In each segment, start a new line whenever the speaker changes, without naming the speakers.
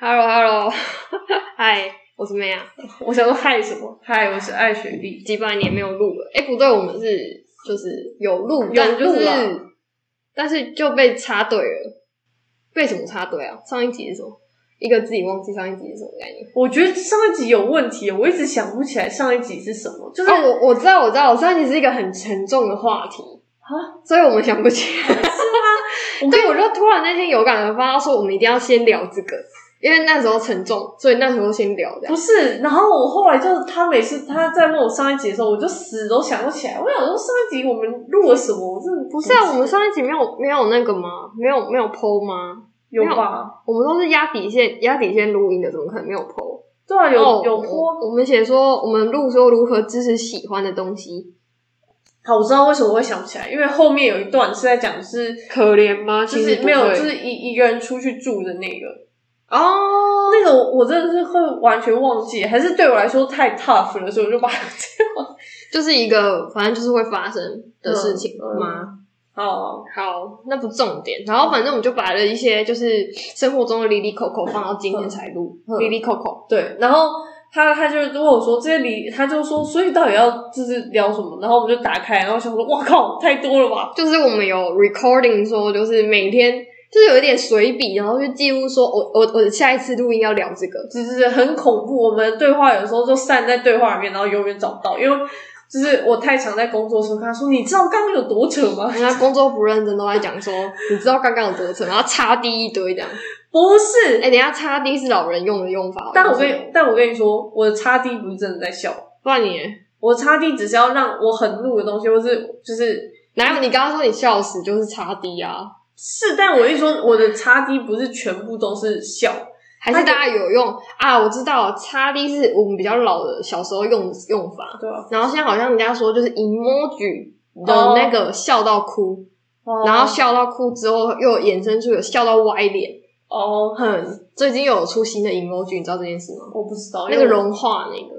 Hello Hello，嗨，我是妹啊。我想说嗨什么？
嗨，我是艾雪莉。
几百年没有录了。哎、不对，我们是就是有录，
有
但就
录
是
了
但是就被插队了。被什么插队啊？上一集是什么？一个自己忘记上一集是什么概念。
我觉得上一集有问题，我一直想不起来上一集是什么，就是、
哦，我我知道我知道，上一集是一个很沉重的话题
啊，
所以我们想不起来。
我跟
对，我就突然那天有感而发，说我们一定要先聊这个，因为那时候沉重，所以那时候先聊这样
不。是。然后我后来就他每次他在问我上一集的时候，我就死都想不起来。我想说上一集我们录了什么，我真的
不是啊，我们上一集没有没有那个吗？没有没有 PO 吗？
有吧？
我们都是压底线压底线录音的，怎么可能没有 PO？
对啊，有、
哦
有
我
播。
我们写说我们录说如何支持喜欢的东西，
好，我知道为什么会想不起来，因为后面有一段是在讲就是
可怜吗？
就
其实
是
不
没有，
会
就是一一个人出去住的那个。
哦，
那个我我真的是会完全忘记，还是对我来说太 tough 了，所以我就把它 这样。
就是一个反正就是会发生的事情
嗯嗯
吗？
好，
好，那不重点。然后反正我们就把了一些就是生活中的里里口口放到今天才录
嗯，嗯
里里口口。
对，然后他他就问我说这些理，他就说所以到底要就是聊什么，然后我们就打开，然后想说哇靠，太多了吧？
就是我们有 recording 说，就是每天就是有一点随笔，然后就记录说哦我我我下一次录音要聊这个。
只是很恐怖，我们的对话有时候就散在对话里面，然后永远找不到，因为就是我太常在工作的时候跟他说，你知道刚刚有多扯吗？
人家工作不认真都在讲说，你知道刚刚有多扯，然后插 D 一堆这样。
不是，
哎、等一下插 D 是老人用的用法，
但我
跟
跟你但我跟你说，我的差低不是真的在笑，
不然你呢
我的差低只是要让我很怒的东西，或是就是
哪有你刚刚说你笑死就是插 D 啊？
是，但我一说我的差低不是全部都是笑，
还是大家有用啊？我知道插 D 是我们比较老的小时候用用法，
对啊吧、
然后现在好像人家说就是 emoji 的那个笑到哭，
哦
然后笑到哭之后又衍生出有笑到歪脸，
哦，
哼，最近又有出新的 emoji，你知道这件事吗？
我不知道
那个融化那个，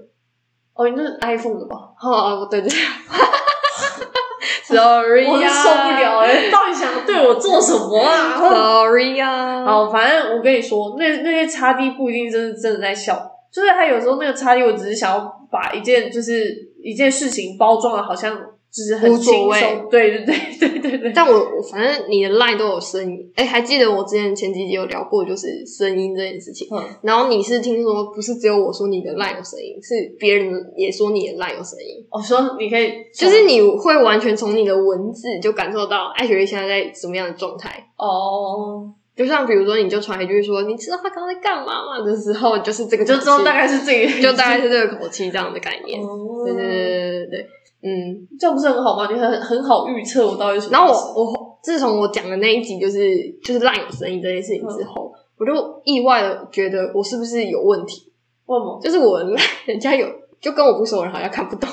哦，那是 iPhone 的吧？
哦，对对 ，sorry
我是
呀
受不了 哎、到底想对我做什么 啊？
，sorry 呀，
好，反正我跟你说，那那些擦地不一定真的真的在笑，就是他有时候那个擦地，我只是想要把一件就是一件事情包装的，好像就是很
无所
轻
谓
松，对对对对对对。
但我我反正你的 line 都有声音，哎、还记得我之前前几集有聊过，就是声音这件事情。
嗯
然后你是听说不是只有我说你的 line 有声音，是别人也说你的 line 有声音，
我说你可以，
就是你会完全从你的文字就感受到艾雪莉现在在什么样的状态。
哦，
就像比如说，你就传一句说你知道他刚刚在干嘛吗的时候，就是这个
你就
口
知道
气
大概是这个，
就大概是这个口气这样的概念。
哦，
对对对对对对，嗯，
这样不是很好吗？你很很好预测我到底什么。
然后我我自从我讲的那一集就是就是烂有声音这件事情之
嗯
后，我就意外的觉得我是不是有问题？
问我
就是我烂，人家有就跟我不熟的人好像看不懂。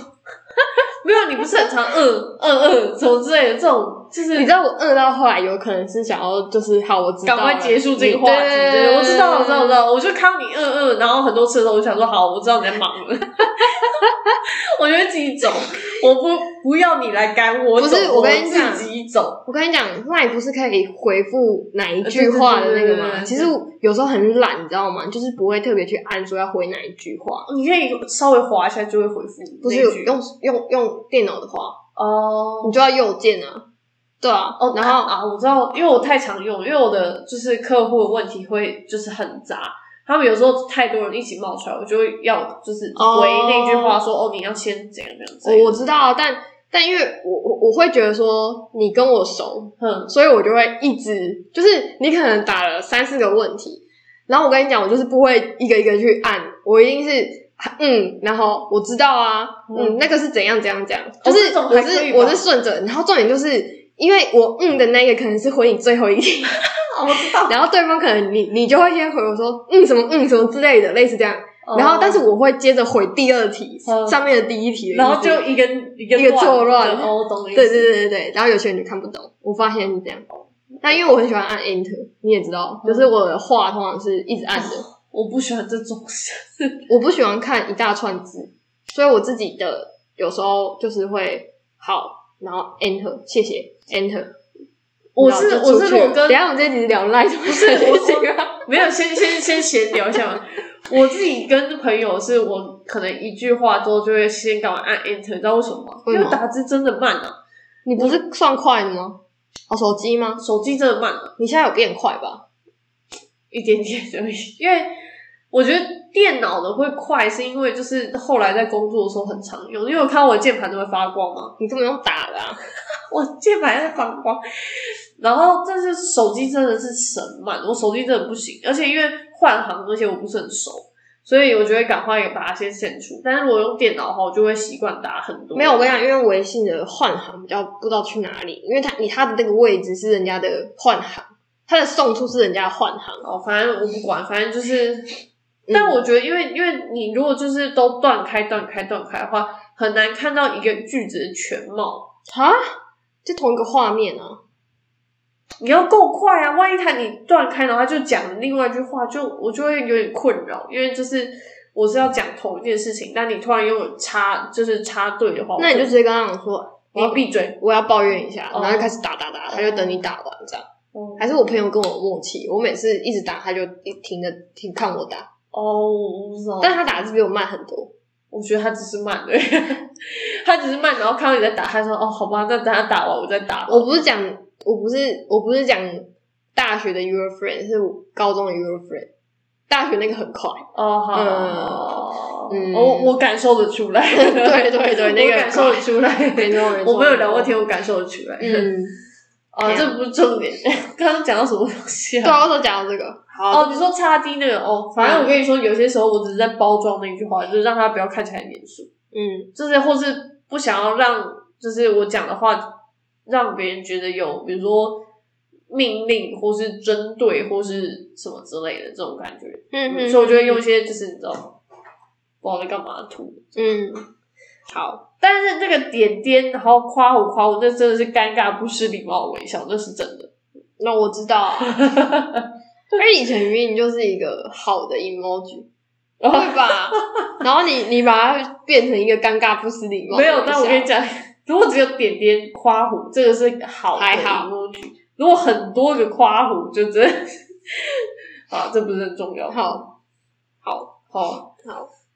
没有，你不是很常嗯嗯嗯什么之类的这种，就是
你知道我饿到后来有可能是想要就是好，我知道
赶
了
快结束这个话题。
对嗯
对我知道，我知道，我知道。我就看到你嗯嗯，然后很多次的时候，我就想说好，我知道你在忙 了，我就会自己走，我不不要你来赶我
不
走，
是我
我
跟你讲
自己走。
我跟你讲，赖不是可以回复哪一句话的那个吗？
呃对对对对对
其实有时候很懒，你知道吗？就是不会特别去按说要回哪一句话，
你可以稍微滑一下就会回复那
不是
一句
用用用电脑的话，你
哦。
就要右键啊，对啊，
哦，
然后
啊，我知道，因为我太常用，因为我的就是客户的问题会就是很杂，他们有时候太多人一起冒出来，我就会要就是
哦
回那句话说，哦，你要先怎样怎样怎
我
样。
我知道啊，但但因为我我我会觉得说你跟我熟，
哼，
所以我就会一直就是你可能打了三四个问题，然后我跟你讲，我就是不会一个一个去按，我一定是。嗯，然后我知道啊，嗯，
嗯
那个是怎样怎样怎样，就
哦
是
这种
我
还可以
是
吧
我是顺着，然后重点就是因为我嗯的那个可能是回你最后一题，
我知道。
然后对方可能你你就会先回我说嗯什么嗯什么之类的，类似这样，然
哦
后但是我会接着回第二题、
嗯
上面的第一题的意思，
然后就一个一个
一个错乱
对哦，懂你意思
对对对对对，然后有些人就看不懂，我发现是这样。但因为我很喜欢按 Enter，你也知道，就是我的话通常是一直按的，
我不喜欢这种事。
我不喜欢看一大串字，所以我自己的有时候就是会好，然后 Enter，谢谢 Enter，
我
你
是
知道
我
就是出去
我
了
跟
等一下我们这一集聊赖什么
是
事
我
情啊？
没有，先先先闲聊一下嘛。我自己跟朋友是我可能一句话之后就会先搞按 enter，你知道为什么吗？
为
因
什么
为打字真的慢啊，
你不是算快的吗？哦，手机吗？
手机真的慢啊，
你现在有变快吧？
一点点而已。因为我觉得电脑的会快，是因为就是后来在工作的时候很常用，因为我看到我的键盘都会发光嘛，
你根本用打的、啊，
我键盘在发光。然后，但是手机真的是神慢，我手机真的不行，而且因为换行，而且我不是很熟，所以我就会赶快把它先删除。但是如果用电脑的话，我就会习惯打很多。
没有，我跟你讲，因为微信的换行比较不知道去哪里，因为它你它的那个位置是人家的换行，它的送出是人家的换行。
哦，反正我不管，反正就是。
嗯
但我觉得，因为因为你如果就是都断开、断开、断开的话，很难看到一个句子的全貌。
啊，就同一个画面
哦
啊。
你要够快啊！万一他你断开的话，就讲另外一句话，就我就会有点困扰，因为就是我是要讲同一件事情，但你突然又有插，就是插队的话，
那你就直接跟他讲说，
我就你闭嘴。
我要抱怨一下，
哦
然后就开始打打打，他就等你打完这样。还
还是
是我朋友跟我有默契，我每次一直打，他就一停着停看我打，
哦，我不知道，
但他打的是比我慢很多。
我觉得他只是慢而已， 他只是慢，然后看到你在打，他说哦，好吧，那等他打完我再打。
我不是讲，我不是，我不是讲大学的 your friend，是高中的 your friend。大学那个很快，
哦，好，
嗯
嗯，我我感受得出来，
对对 对那个
我感受得出来，
没错没错
我们有聊过天，我感受得出来。，
嗯，
啊，这不是重点， 刚刚讲到什么东西
对
啊？
啊，我讲到这个，好，
哦，你说差低那个哦，反正我跟你说，有些时候我只是在包装那句话，就是让他不要看起来严肃，
嗯
就是或是不想要让，就是我讲的话让别人觉得有，比如说命令或是针对或是什么之类的这种感觉。
嗯
所以我就会用一些就是你知道吗不知道在干嘛的图。
嗯，好，
但是那个点点，然后夸我夸我，那真的是尴尬不失礼貌的微笑，那是真的。
那我知 道啊。而且以前语音就是一个好的 emoji，
然后
对 吧？然后你你把它变成一个尴尬不失礼貌的
没
微笑，
有，但我跟你讲，如果只有点点夸胡，这个是好的
还好
emoji。如果很多个夸胡，就真的 啊，这不是很重要。
好，好，
好，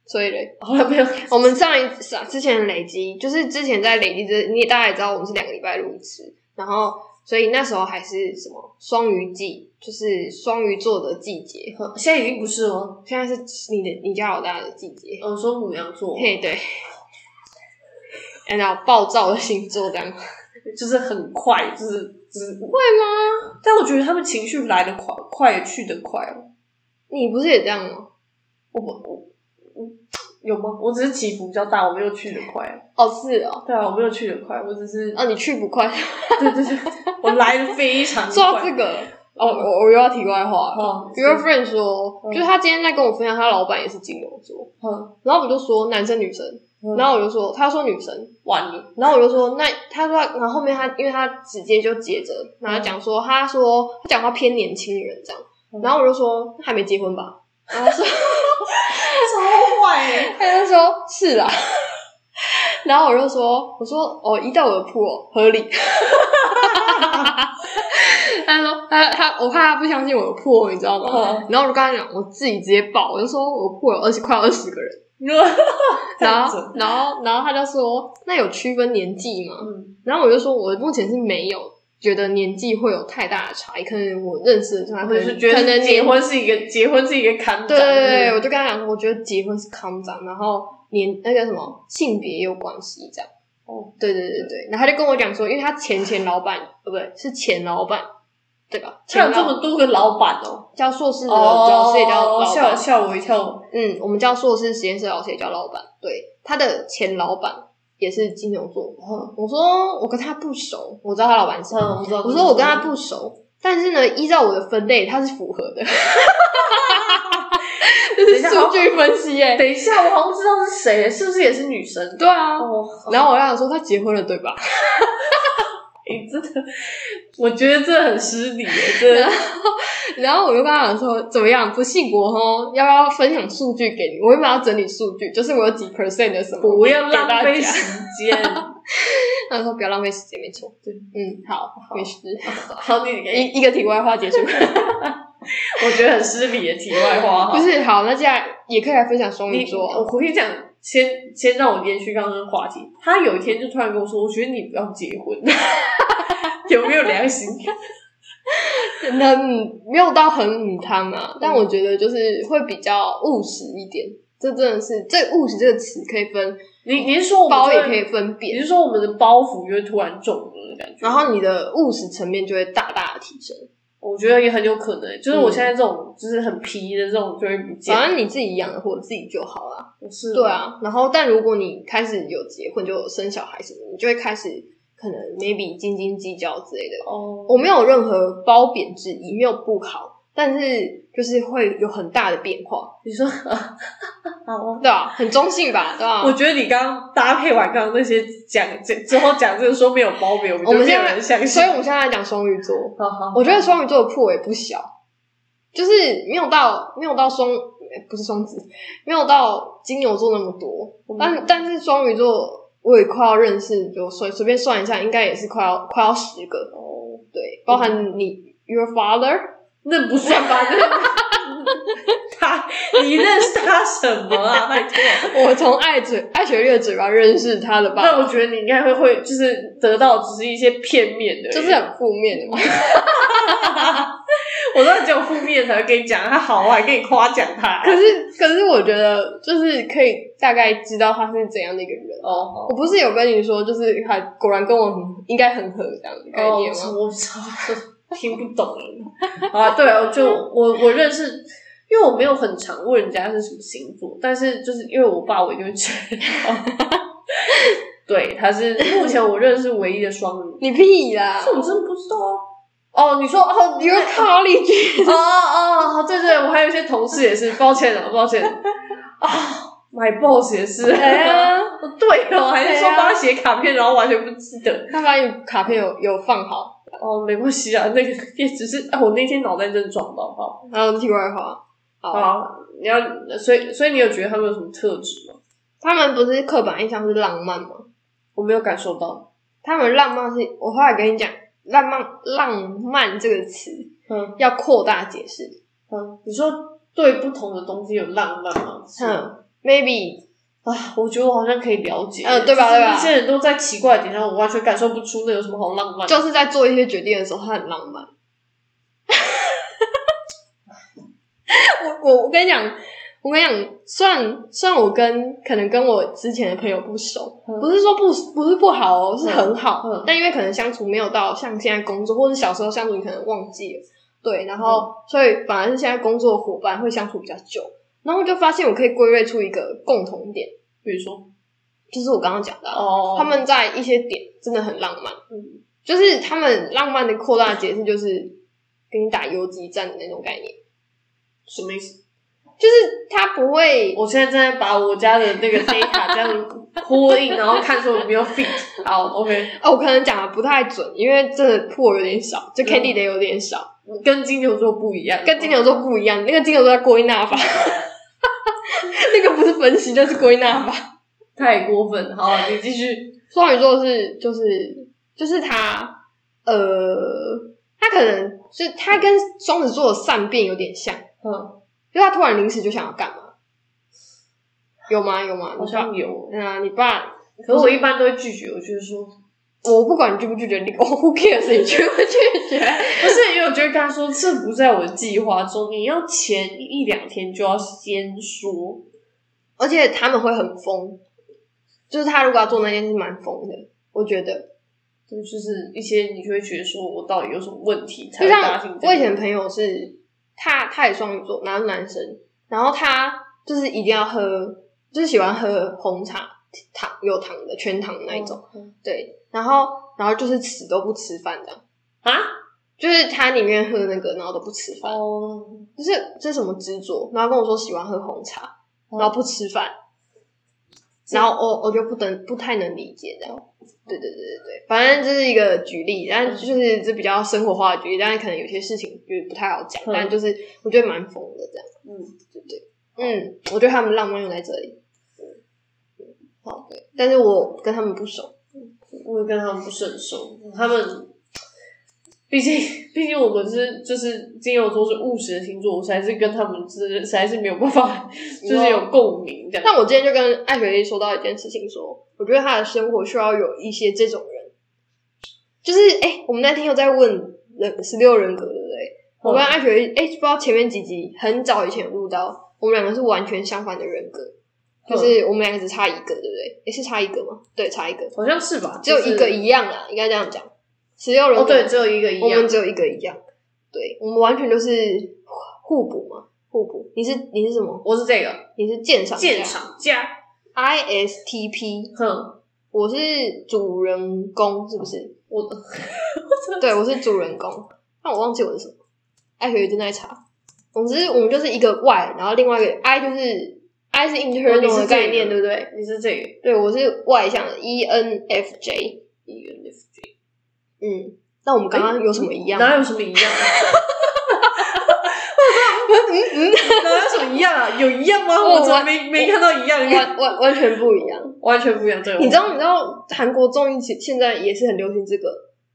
所以嘞，
好了，没有。
我们上一次啊，之前累积，就是之前在累积这，你也大家也知道，我们是两个礼拜录一次，然后所以那时候还是什么双鱼季，就是双鱼座的季节，
现在已经不是了。
现在是你的你家老大的季节，
嗯，说母羊座
嘿，对，然后暴躁的星座这样，
就是很快，就是就是
会吗？
但我觉得他们情绪来得快，快也去得快哦。
你不是也这样吗？
我我我有吗？我只是起伏比较大，我没有去的快。
哦，是哦，
对啊，我没有去的快，我只 是、
啊，你去不快。
对对对，我来的非常
说到
快。
这个，哦，我我又要题外话了。
哦，
Your friend 说，
嗯
就是他今天在跟我分享，他老板也是金牛座，
嗯，
然后我就说男生女生，
嗯
然后我就说，他说女生，
完了，
然后我就说那他说，然后后面他因为他直接就接着，然后讲说他说他讲话偏年轻人这样，
嗯
然后我就说还没结婚吧，然后他说
超坏欸耶、
他就说是啦， 然后我就说我说哦一到我的铺哦合理， 他说他他我怕他不相信我的铺，哦你知道吗？
嗯
然后我就跟他讲我自己直接报，我就说我铺有二十快二十个人，然
然
后然后然后他就说那有区分年纪吗？
嗯，
然后我就说我目前是没有。觉得年纪会有太大的差异，可能我认识的就还
我
会
是觉
可
得
能
结
年
婚是一个结婚是一个坎
对对对，我
对，
就跟他讲说，我觉得结婚是康长，然后年那个什么性别也有关系，这样。
哦，
对对对对，然后他就跟我讲说，因为他前前老板，呃，不对，是前老板，对吧？
他
前
有这么多个老板哦，
叫硕士的老
哦
师也叫老
吓
板
我，吓我一跳，
嗯，我们叫硕士实验室老师也叫老板，对，他的前老板也是金牛座。
嗯
我说我跟他不熟，我知道他老板是谁，
嗯，我知道，
我说我跟他不熟，但是呢，依照我的分类，他是符合的，这
等一
是
下
数据分析耶、
等一下，我好像知道是谁，是不是也是女生？
对啊，
哦，
然后我让他说他结婚了，对吧？
你真的，我觉得这很失礼耶，真的。
然后我就跟他讲说，怎么样？不信我哦，要不要分享数据给你？我原本要整理数据，就是我有几 percent 的什么，
不要
给大
浪费
家。
时间。
他说不要浪费时间，没错。
对，
嗯，好，没事。
好，你你
一一个题外话结 束。
我觉得很失礼的题外话
不
哈。
是，好，那接下来也可以来分享双
你
鱼座。
我跟你讲，先先让我延续刚刚的话题。他有一天就突然跟我说：“我觉得你不要结婚，有没有良心？”
那嗯没有到很母汤
嗯
啊，但我觉得就是会比较务实一点。这真的是，这“务实”这个词可以分
你你是说我们
包，
突
也
然
可以分
你
扁，
是说我们的包袱就会突然重了的感觉？
然后你的务实层面就会大大的提升。
我觉得也很有可能，欸就是我
嗯
现在这种就是很皮的这种就会不见。
反正你自己养得活自己就好啦。
是
对，啊，然后但如果你开始有结婚，就有生小孩什么，你就会开始可能 maybe 斤斤计较之类的。
哦，
我没有任何褒贬之意，没有不好，但是就是会有很大的变化，
你说好哦。
对啊，很中性吧，对啊。
我觉得你刚刚搭配完刚刚那些讲讲之后讲这个说没有包没有，
我们
就没
现
有人
在，
相
所
信
以。我们现在来讲双鱼座，
好好，
我觉得双鱼座的破也不小，就是没有到没有到双呃不是双子，没有到金牛座那么多，
嗯
但但是双鱼座我也快要认识，就随随便算一下，应该也是快要快要十个哦，对，包含你 your father，
那不算吧？那他，你认识他什么 啊？拜托。
我从爱嘴爱学月嘴巴认识他的
那
爸
我觉得你应该会会就是得到只是一些片面的，
就是很负面的嘛，
我知道只有负面才会跟你讲他好，我还跟你夸奖他。
可是可是我觉得就是可以大概知道他是怎样的一个人。
哦，
我不是有跟你说，就是还果然跟我很应该很合这样的概
哦，
念吗？
我操，听不懂了。 啊，对啊，就我我认识，因为我没有很常问人家是什么星座，但是就是因为我爸，我一定会知道。 对，他是目前我认识唯一的双鱼，
你屁啦
但是我真的不知道啊。哦，你说哦，你
！Your college，
哦哦，对对，我还有一些同事也是，抱歉啊，抱歉啊、my boss 也是，
哎呀，
对哦，还是说
哎呀
帮他写卡片，然后完全不记得。
他把你卡片有有放好。
哦，没关系啊， 那个也只是啊，我那天脑袋真的撞到，好
然后题外话，好，
好，你要，所以所以你有觉得他们有什么特质吗？
他们不是刻板印象是浪漫吗？
我没有感受到。
他们浪漫是我后来跟你讲，浪漫浪漫这个词
嗯
要扩大解释。
嗯，你说对不同的东西有浪漫
嗯
吗？是吗
哼 m a y b e
啊，我觉得我好像可以了解。
嗯对吧
就是
对吧
那些人都在奇怪的点上，我完全感受不出那有什么好浪漫的。
就是在做一些决定的时候，他很浪漫。 我我我跟你讲，我跟你讲，虽然虽然我跟可能跟我之前的朋友不熟，
嗯
不是说不不是不好哦，是很好，
嗯嗯
但因为可能相处没有到像现在工作，或者小时候相处你可能忘记了，对，然后、
嗯
所以反而是现在工作伙伴会相处比较久，然后我就发现我可以归类出一个共同点，
比如说，
就是我刚刚讲的啊、
哦，
他们在一些点真的很浪漫，
嗯
就是他们浪漫的扩大解释就是给你打游击战的那种概念，
什么意思？
就是他不会
我现在正在把我家的那个 data 这样 pull in，然后看说有没有 fit。好，OK，
哦，我可能讲的不太准，因为真的破有点少，
嗯
就 K D 的有点少，
跟金牛座不一样，
跟金牛座不一样，那个金牛座叫归纳法， 那个不是分析，那是归纳法。
太过分。好，你继续。
双鱼座是就是就是他呃，他可能是他跟双子座的善变有点像，
嗯，
就他突然临时就想要干嘛，有吗？有吗？
好像有，
嗯啊，你爸，
可是我一般都会拒绝，我就是说，
我不管你拒不拒绝，你我 who cares 你拒不拒绝？
不是，因为我就会跟他说，这不在我的计划中，你要前一两天就要先说。
而且他们会很疯，就是他如果要做那件事，蛮疯的。我觉得，
对，就是一些你就会觉得说我到底有什么问题才
就
会搭进
像
这个
我以前朋友是，他他也双鱼座，然后是男生，然后他就是一定要喝，就是喜欢喝红茶，糖有糖的全糖那一种，
嗯
对，然后然后就是死都不吃饭这样，
啊？
就是他宁愿喝那个，然后都不吃饭，
哦，
就是这是什么执着？然后跟我说喜欢喝红茶，
嗯
然后不吃饭，
这
然后我我就不能不太能理解这样。对对对对对，反正这是一个举例，
嗯
但就是这比较生活化的举例，但是可能有些事情就是不太好讲，
嗯
但就是我觉得蛮疯的这样。
嗯，
嗯，我觉得他们浪漫用在这里。嗯好，对，但是我跟他们不熟。
我也跟他们不是很熟，他们毕竟毕竟我们是就是金牛座是务实的星座，我实在是跟他们是实在是没有办法，就是有共鸣这样。
但我今天就跟艾雪莉说到一件事情说我觉得她的生活需要有一些这种人，就是哎、诶我们那天有在问人十六人格，对不对？我跟艾雪莉，哎、不知道前面几集很早以前有录到，我们两个是完全相反的人格，
嗯
就是我们两个只差一个，对不对？也、是差一个吗？对，差一个，
好像是吧，
只有一个
就是
一样啦，应该这样讲。十六人格
哦，对，只有一个一
我
样
们，只有一个一样，对，我们完全就是互补嘛，互补。你是你是什么？
我是这个
你是鉴赏家
鉴赏家，
ISTP，
哼，
我是主人公，是不是？
我
对，我是主人公，但我忘记我是什么。艾雪正在查，总之我们就是一个 Y，然后另外一个 I 就是 I 是
哦你
internal
是
的概念，
这
对不对？
你是这个
对，我是外向的，E ENFJ，
E ENFJ，
嗯，那我们刚刚有什么一样？
哪有什么一样？啊
嗯嗯，
哪有什么一样啊？有一样吗？
我
我怎么
完
没没看到一样？
完完完全不一样。
完全不一样，对，
你知道，你知道韩国综艺现现在也是很流行这个，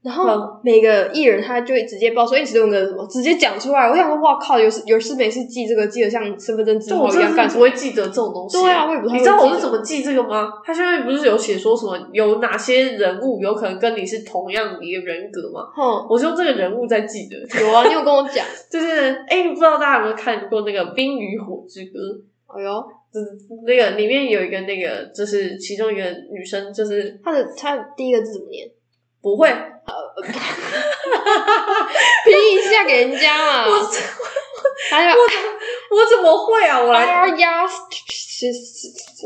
然后
嗯
每个艺人他就会直接报说，哎，你用个什么，直接讲出来。我想说，哇靠，有事有事没事记这个，记得像身份证字
就我
号一
真
样
的
干
是
什
不
么？
会记得这种东西。
对啊，我也不太会
你知道我是
记得
怎么记这个吗？他现在不是有写说什么有哪些人物有可能跟你是同样一个人格吗？
哼，
我是用这个人物在记的，
有啊，你有跟我讲，
就是哎、不知道大家有没有看过那个《冰与火之歌》？
哎呦，
就是那个里面有一个那个，就是其中一个女生，就是
他的他的第一个字怎么念？
不会，
拼一下给人家嘛
我，
还有
我怎么会啊？我来，
R 呀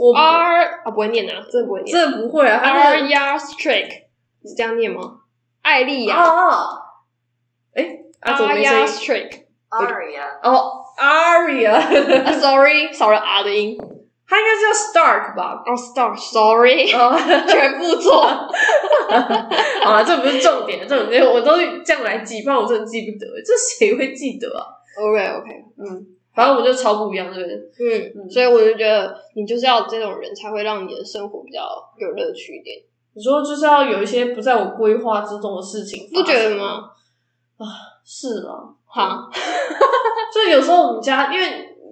我不
，R 啊不会念啊，真的不会念
真的不会啊！他那
，R
个
呀 Strike 是这样念吗？艾丽
哦
亚
哦，哎，啊，怎么
R
没声
呀
音？
Strike。
Aria，
哦，Aria，
啊，sorry，少了 R 的音。
他应该是叫 Stark 吧？
哦、s t a r s o r r y
哦，
全部错。
好了，这不是重点，重点是我都是这样来记，不然我真的记不得，这谁会记得啊？
OK OK，
反正我们就超不一样的人，
嗯，所以我就觉得你就是要这种人才会让你的生活比较有乐趣一点，
你说就是要有一些不在我规划之中的事情，
不觉得？吗？
是啊，
好，
所以有时候我们家，因为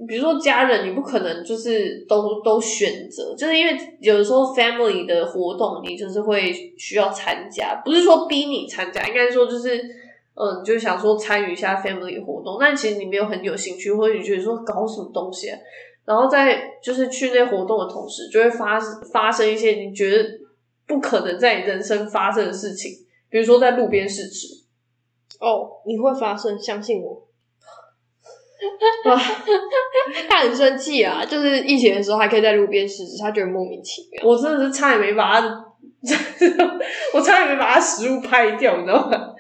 比如说家人，你不可能就是都都选择，就是因为有的时候 family 的活动，你就是会需要参加，不是说逼你参加，应该说就是。嗯，你就想说参与一下 family 活动，但其实你没有很有兴趣，或者你觉得说搞什么东西啊、然后在就是去那活动的同时，就会发发生一些你觉得不可能在你人生发生的事情，比如说在路边试吃，
哦，你会发生，相信 我。
哇，
他很生气啊，就是疫情的时候还可以在路边试吃，他觉得莫名其妙。
我真的是差点没把它， 我差点没把它食物拍掉，你知道吗？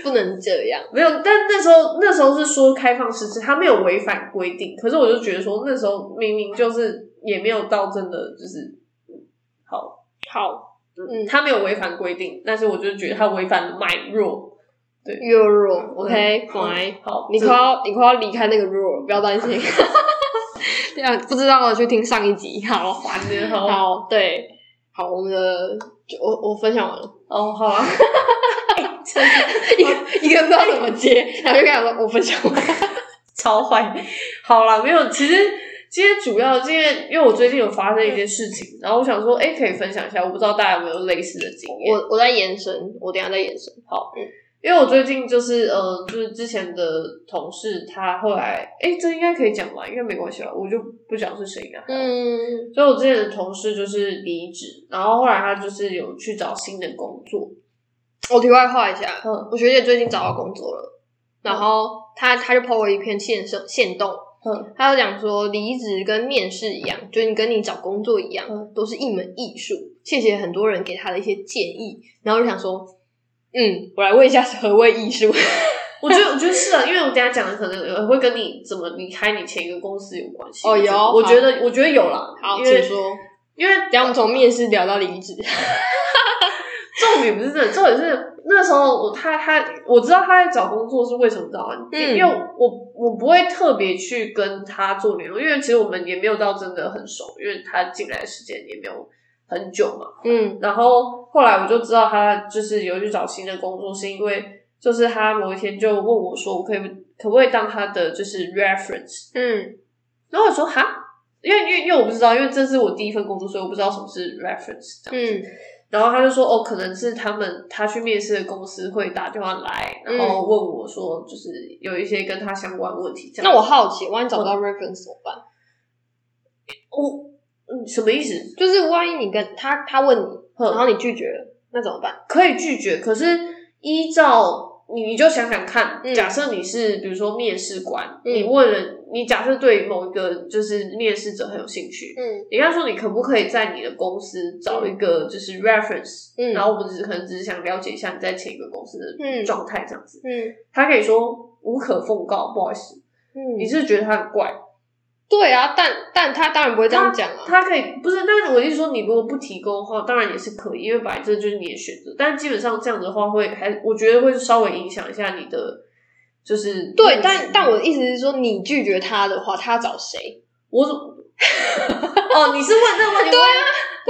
不能这样，
没有，但那时候那时候是说开放试吃，它没有违反规定，可是我就觉得说那时候明明就是也没有到真的就是好，
好，嗯
它没有违反规定，但是我就觉得它违反了买弱，
，Euro，OK，fine。
好，
你
这
快要你快要离开那个 rule，不要担 心。这样不知道的去听上一集，好
完了，好
嗯好对，好，我们的就我我分享完了，
哦，好啊，
一个一个不知道怎么接，然后就跟他说我分享完了，
超坏。好啦，没有，其实其实主要是因为因为我最近有发生一件事情，然后我想说，哎、可以分享一下，我不知道大家有没有类似的经 验。
我我在延伸，我等一下再延伸。
因为我最近就是呃，就是之前的同事他后来，哎、这应该可以讲吧？应该没关系吧？我就不讲是谁了。
嗯
所以我之前的同事就是离职，然后后来他就是有去找新的工作。
我题外话一下，
嗯
我学姐最近找到工作了，然后她她就 po 了一篇现生现动，
嗯，
她就讲说离职跟面试一样，就是你跟你找工作一样，
嗯
都是一门艺术。谢谢很多人给她的一些建议，然后我就想说，嗯，我来问一下 何谓艺术？
我觉 得我觉得是啊，因为我等一下讲的可能也会跟你怎么离开你前一个公司有关系。
哦有
我觉得我觉得有啦。
好，
因
请
为
说。
因为
等一下我们从面试聊到离职，
重点不是这个，重点是那时候我他他我知道他在找工作是为什么，你知道吗？
嗯
因为我我不会特别去跟他做联络，因为其实我们也没有到真的很熟，因为他进来的时间也没有很久嘛。
嗯
然后后来我就知道他就是有去找新的工作，是因为就是他某一天就问我说，我可以可不可以当他的就是 reference？
嗯
然后我说哈，因为因为因为我不知道，因为这是我第一份工作，所以我不知道什么是 reference 这样子。
嗯
然后他就说哦，可能是他们他去面试的公司会打电话来，然后
嗯
问我说，就是有一些跟他相关的问题这样。
那我好奇，万一找不到 reference 怎么办？
我嗯什么意思？
就是万一你跟他他问你，
嗯
然后你拒绝了，那怎么办？
可以拒绝，可是依照你你就想想看，
嗯
假设你是比如说面试官，
嗯
你问了你假设对某一个就是面试者很有兴趣，
嗯
你跟他说你可不可以在你的公司找一个就是 reference，、
嗯
然后我们只可能只是想了解一下你在前一个公司的
嗯
状态这样子，
嗯
他可以说无可奉告，不好意思，
嗯
你是觉得他很怪，
对啊，但但他当然不会这样讲啊。
他可以不是，但是我意思说，你如果不提供的话，当然也是可以，因为本来这就是你的选择。但基本上这样子的话会，还我觉得会稍微影响一下你的，就是
对，但但我的意思是说，你拒绝他的话，他找谁？
我 怎哦，你是问这个问题？对啊，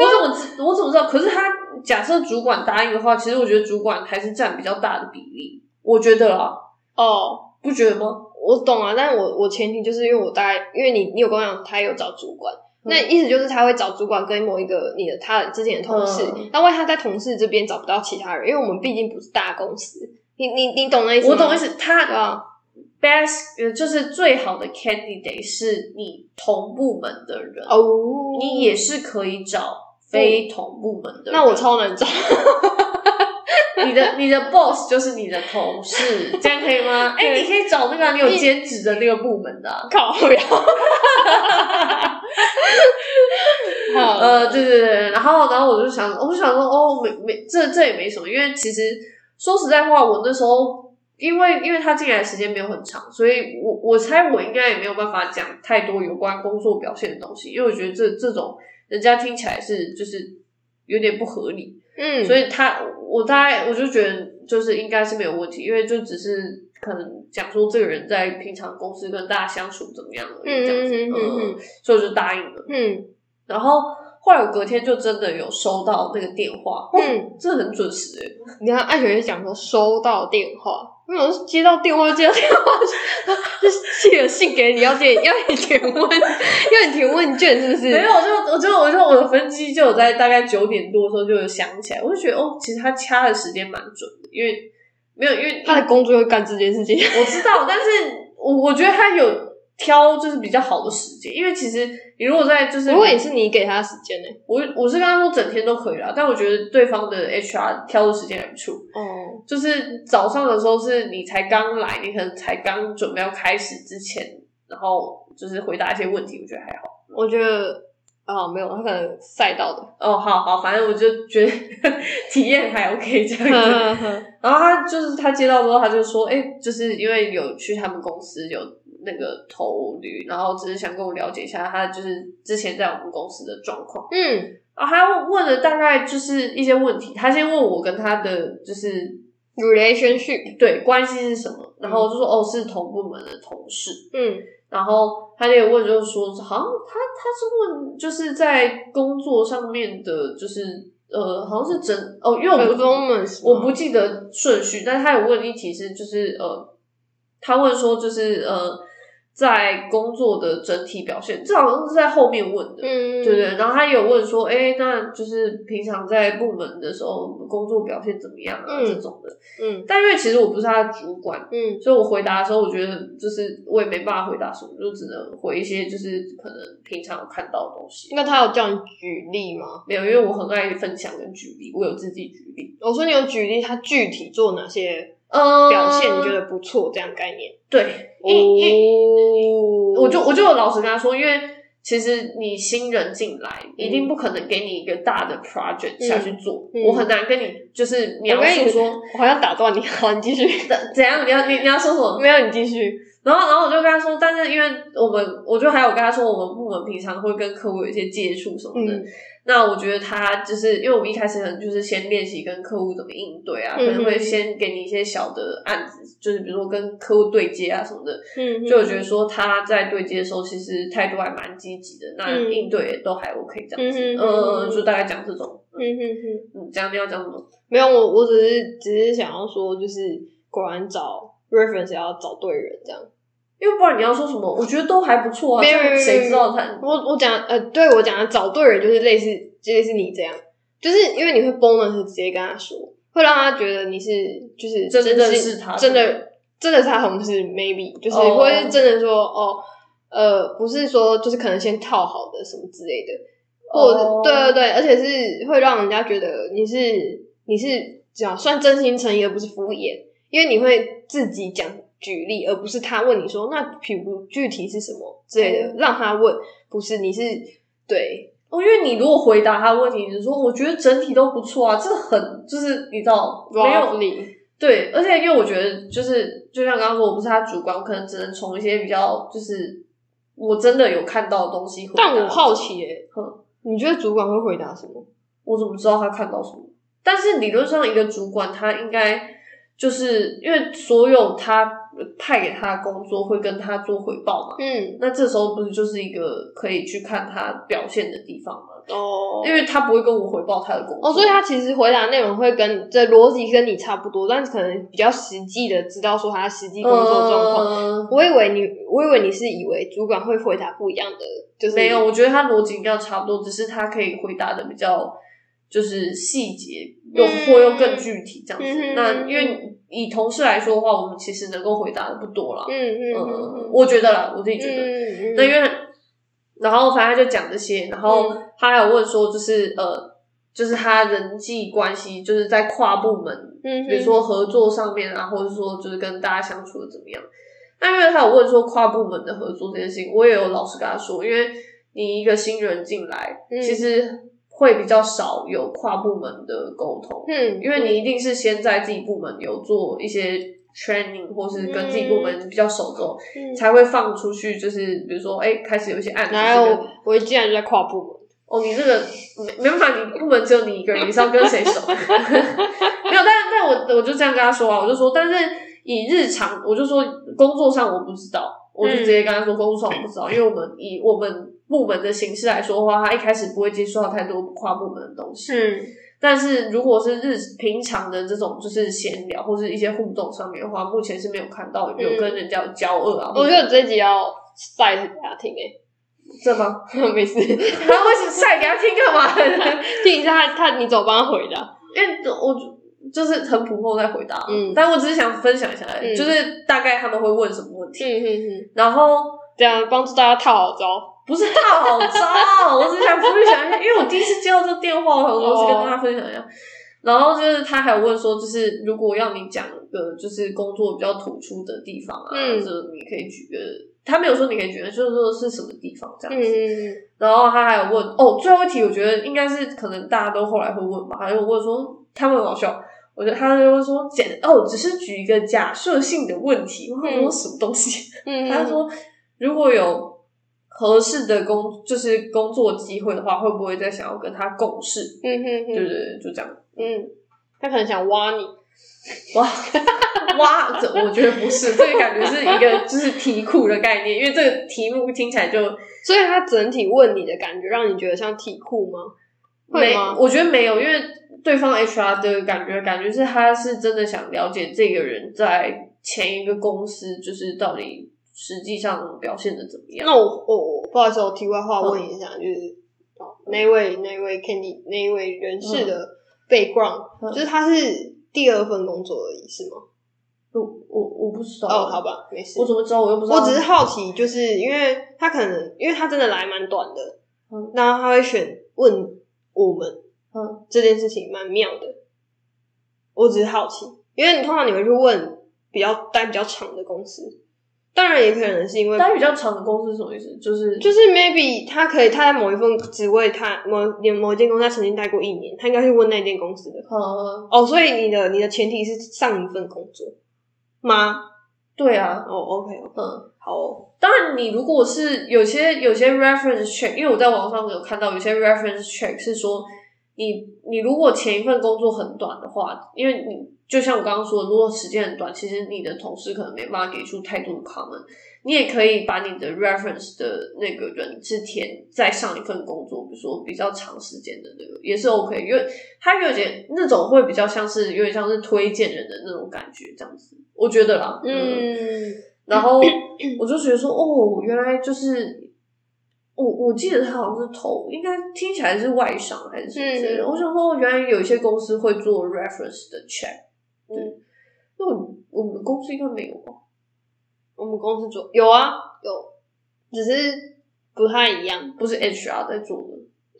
我怎么知我怎么知道？可是他假设主管答应的话，其实我觉得主管还是占比较大的比例，我觉得啦，
哦，
不觉得吗？
我懂啊，但我我前提就是因为我大概，因为你你有跟我讲，他有找主管，
嗯
那意思就是他会找主管跟某一个你的他之前的同事
嗯，
那万一他在同事这边找不到其他人，因为我们毕竟不是大公司，你你你懂那意思吗？
我懂意，思，他
对啊，
best 呃就是最好的 candidate 是你同部门的人
哦，
你也是可以找非同部门的人。
那我超难找，
你的 你的 boss 就是你的同事，这样可以 吗？哎、
对
你可以找那个啊、你有
你
兼职的那个部门的啊、
靠 呀，好，
呃，对对对，然后然后我就想，我就想说，哦，没没，这这也没什么，因为其实说实在话，我那时候因为因为他进来的时间没有很长，所以我我猜我应该也没有办法讲太多有关工作表现的东西，因为我觉得这这种人家听起来是就是有点不合理。
嗯，
所
以
以他我大概我就觉得就是应该是没有问题，因为就只是可能讲说这个人在平常公司跟大家相处怎么样而已，这样子，
嗯嗯嗯嗯嗯
嗯，所以我就答应了。
嗯
然后后来我隔天就真的有收到那个电话，哦、
嗯，
这很准时诶、欸
你看艾雪就讲说收到电话。因为我是接到电话，接到电话，就是寄了信给你，要借要你填问，要你填问卷，是不
没
是？
有，我就我就我就我的分机就有在大概九点多的时候就有响起来，我就觉得哦，其实他掐的时间蛮准的，因为没有因为
他的工作会干这件事情。
我知道，但是我我觉得他有挑就是比较好的时间，因为其实你如果在就是
如果也是你给他时间呢、
我我是跟他说整天都可以啦，但我觉得对方的 HR 挑的时间还不错，
哦，
就是早上的时候是你才刚来，你可能才刚准备要开始之前，然后就是回答一些问题，我觉得还好。
我觉得啊、没有，他可能赛道的。
哦，好好，反正我就觉得 体验还 OK 这样子。
嗯
然后他就是他接到之后，他就说，哎、就是因为有去他们公司有那个投履，然后只是想跟我了解一下他就是之前在我们公司的状况。
嗯，
啊，他问了大概就是一些问题，他先问我跟他的就是
，relationship，
对关系是什么，然后我就说、哦是同部门的同事，
嗯
然后他也问就是说好像他他是问就是在工作上面的，就是呃好像是整哦，因为我不
，performance，
我不记得顺序，但是他有问一题是就是呃，他问说就是呃在工作的整体表现，这好像是在后面问的，
嗯，
对对，然后他也有问说，哎，那就是平常在部门的时候工作表现怎么样啊、
嗯
这种的。
嗯
但因为其实我不是他的主管，
嗯
所以我回答的时候，我觉得就是我也没办法回答什么，就只能回一些就是可能平常有看到的东西。
那他有叫你举例吗？
没有，因为我很爱分享跟举例，我有自己举例。
我说你有举例，他具体做哪些
呃，
表现你觉得不错？这样概念。
对？因因
哦
我就我就有老实跟他说，因为其实你新人进来，一定不可能给你一个大的 project 下去做，
嗯嗯
我很难嗯跟你就是描述说
我好像打断你，好，你继 续。
怎怎样，你嗯要你你要说什么？
没有，你继续。
然后然后我就跟他说，但是因为我们我就还有跟他说，我们部门平常会跟客户有一些接触什么的，
嗯
那我觉得他就是因为我们一开始可能就是先练习跟客户怎么应对啊，可能
嗯
会
哼
先给你一些小的案子，就是比如说跟客户对接啊什么的，
嗯，
就我觉得说他在对接的时候其实态度还蛮积极的，那
嗯
应对也都还 OK 这样子，
嗯
嗯
哼
嗯嗯，就大概讲这种，
嗯哼哼，
嗯，讲你要讲什么？
没有，我我只是只是想要说，就是果然找 reference 要找对人这样。
因为不然你要说什么，我觉得都还不错啊，
没有
这样
没有没
谁
有
知道他？
我我讲呃，对我讲的找对人就是类似就类似你这样，就是因为你会 bonus 直接跟他说，会让他觉得你是就是
真的
真
是他
真的真的是他同事 maybe 就是
哦
或者是真的说哦呃不是说就是可能先套好的什么之类的，或者、
哦
对对对，而且是会让人家觉得你是你是讲算真心诚意，而不是敷衍，因为你会自己讲举例，而不是他问你说那譬如具体是什么之类的，
嗯
让他问，不是你是对
哦，因为你如果回答他的问题，你就说我觉得整体都不错啊，这很就是你知道没有
理，
对，而且因为我觉得就是就像刚刚说，我不是他主管，我可能只能从一些比较就是我真的有看到的东西回答。
但我好，奇、欸，
嗯
你觉得主管会回答什么？
我怎么知道他看到什么？但是理论上，一个主管他应该就是因为所有他派给他的工作会跟他做回报嘛，
嗯，
那这时候不是就是一个可以去看他表现的地方吗？
哦
因为他不会跟我回报他的工作，
哦，所以他其实回答内容会跟这逻辑跟你差不多，但是可能比较实际的知道说他实
呃
际工作状况。
况
我以为你，我以为你是以为主管会回答不一样的，就是
没有，我觉得他逻辑应该差不多，只是他可以回答的比较就是细节，又
嗯
或又更具体这样子。
嗯
那因为以同事来说的话，我们其实能够回答的不多啦。
嗯嗯
嗯，
嗯，
我觉得啦，我自己
嗯
觉得。
嗯，
那因为然后反正他就讲这些，然后
嗯
他还有问说，就是呃，就是他人际关系，就是在跨部门
嗯
比如说合作上面啊，或者说就是跟大家相处的怎么样。那因为他有问说跨部门的合作这件事情，我也有老实跟他说，因为你一个新人进来，
嗯
其实会比较少有跨部门的沟通，
嗯，
因为你一定是先在自己部门有做一些 training，或是跟自己部门比较熟之后，
嗯
才会放出去，就是比如说哎、开始有一些案子
哪
是跟
有我竟然就在跨部门？
哦，你这个没没办法，你部门只有你一个人，你是要跟谁熟？ 没有，但但我我就这样跟他说啊，我就说，但是以日常，我就说工作上我不知道，我就直接跟
嗯
他说工作上我不知道，因为我们以我们部门的形式来说的话，他一开始不会接触到太多跨部门的东西。
嗯
但是如果是日平常的这种就是闲聊或是一些互动上面的话，目前是没有看到有跟人家有交恶啊。
嗯我觉得这集要晒给他听诶、
这吗？
没事，
他为什么晒给他听干嘛？
听一下他他你怎么帮他回答？
因为我就就是很普通在回答，
嗯
但我只是想分享一下，
嗯
就是大概他们会问什么问
嗯
题，
嗯嗯，
然后
这样帮助大家套好招。
不是大好招，我只想分享一下，因为我第一次接到这个电话，我想说是跟大家分
哦
享一下。然后就是他还有问说，就是如果要你讲一个就是工作比较突出的地方啊，
嗯
就是你可以举个，他没有说你可以举个，就是说是什么地方这
嗯
样子。
嗯
然后他还有问哦，最后一题我觉得应该是可能大家都后来会问吧，还有问说嗯他们很好笑，我觉得他就会说简哦，只是举一个假设性的问题，我想说什么东西？
嗯，
他说如果有合适的工就是工作机会的话，会不会再想要跟他共事？
嗯嗯
对对
嗯
对，就这样。
嗯，他可能想挖你。
哇 哇，这我觉得不是，这个感觉是一个就是题库的概念，因为这个题目听起来就
所以他整体问你的感觉，让你觉得像题库吗？会
没
吗，？
我觉得没有，因为对方 HR 的感觉，感觉是他是真的想了解这个人在前一个公司就是到底实际上表现的怎么样。
那我我我不好意思，我题外话问一下，就是哦那一位那一位 Candy 那一位人士的 background，、
嗯
就是他是第二份工作而已，是吗？
我我我不知道，
哦，好，吧，没事。
我怎么知道？我又不知道。
我只是好奇，就是因为他可能，因为他真的来蛮短的，
嗯
然后他会选问我们
嗯
这件事情，蛮妙的。我只是好奇，因为你通常你会去问比较待比较长的公司，当然也可能是因为
待比较长的公司是什么意思？就是
就是 maybe 他可以他在某一份职位他，某某某一间公司他曾经待过一年，他应该去问那间公司的。
呃，
哦，所以你的你的前提是上一份工作吗？
对啊，
哦，OK，
嗯，
好哦，
当然你如果是有些有些 reference check，因为我在网上有看到有些 reference check 是说你你如果前一份工作很短的话，因为你就像我刚刚说的，如果时间很短，其实你的同事可能没办法给出太多的 comment，你也可以把你的 reference 的那个人是填在上一份工作，比如说比较长时间的那个也是 OK，因为他有点那种会比较像是有点像是推荐人的那种感觉，这样子，我觉得啦，
嗯，
然后我就觉得说，哦，原来就是我我记得他好像是投，应该听起来是外商还是什么之类的。
嗯
我想说，原来有一些公司会做 reference 的 check，对，
嗯
那我们我们公司应该没有吧？
我们公司做有啊有，只是不太一样，
不是 HR 在做的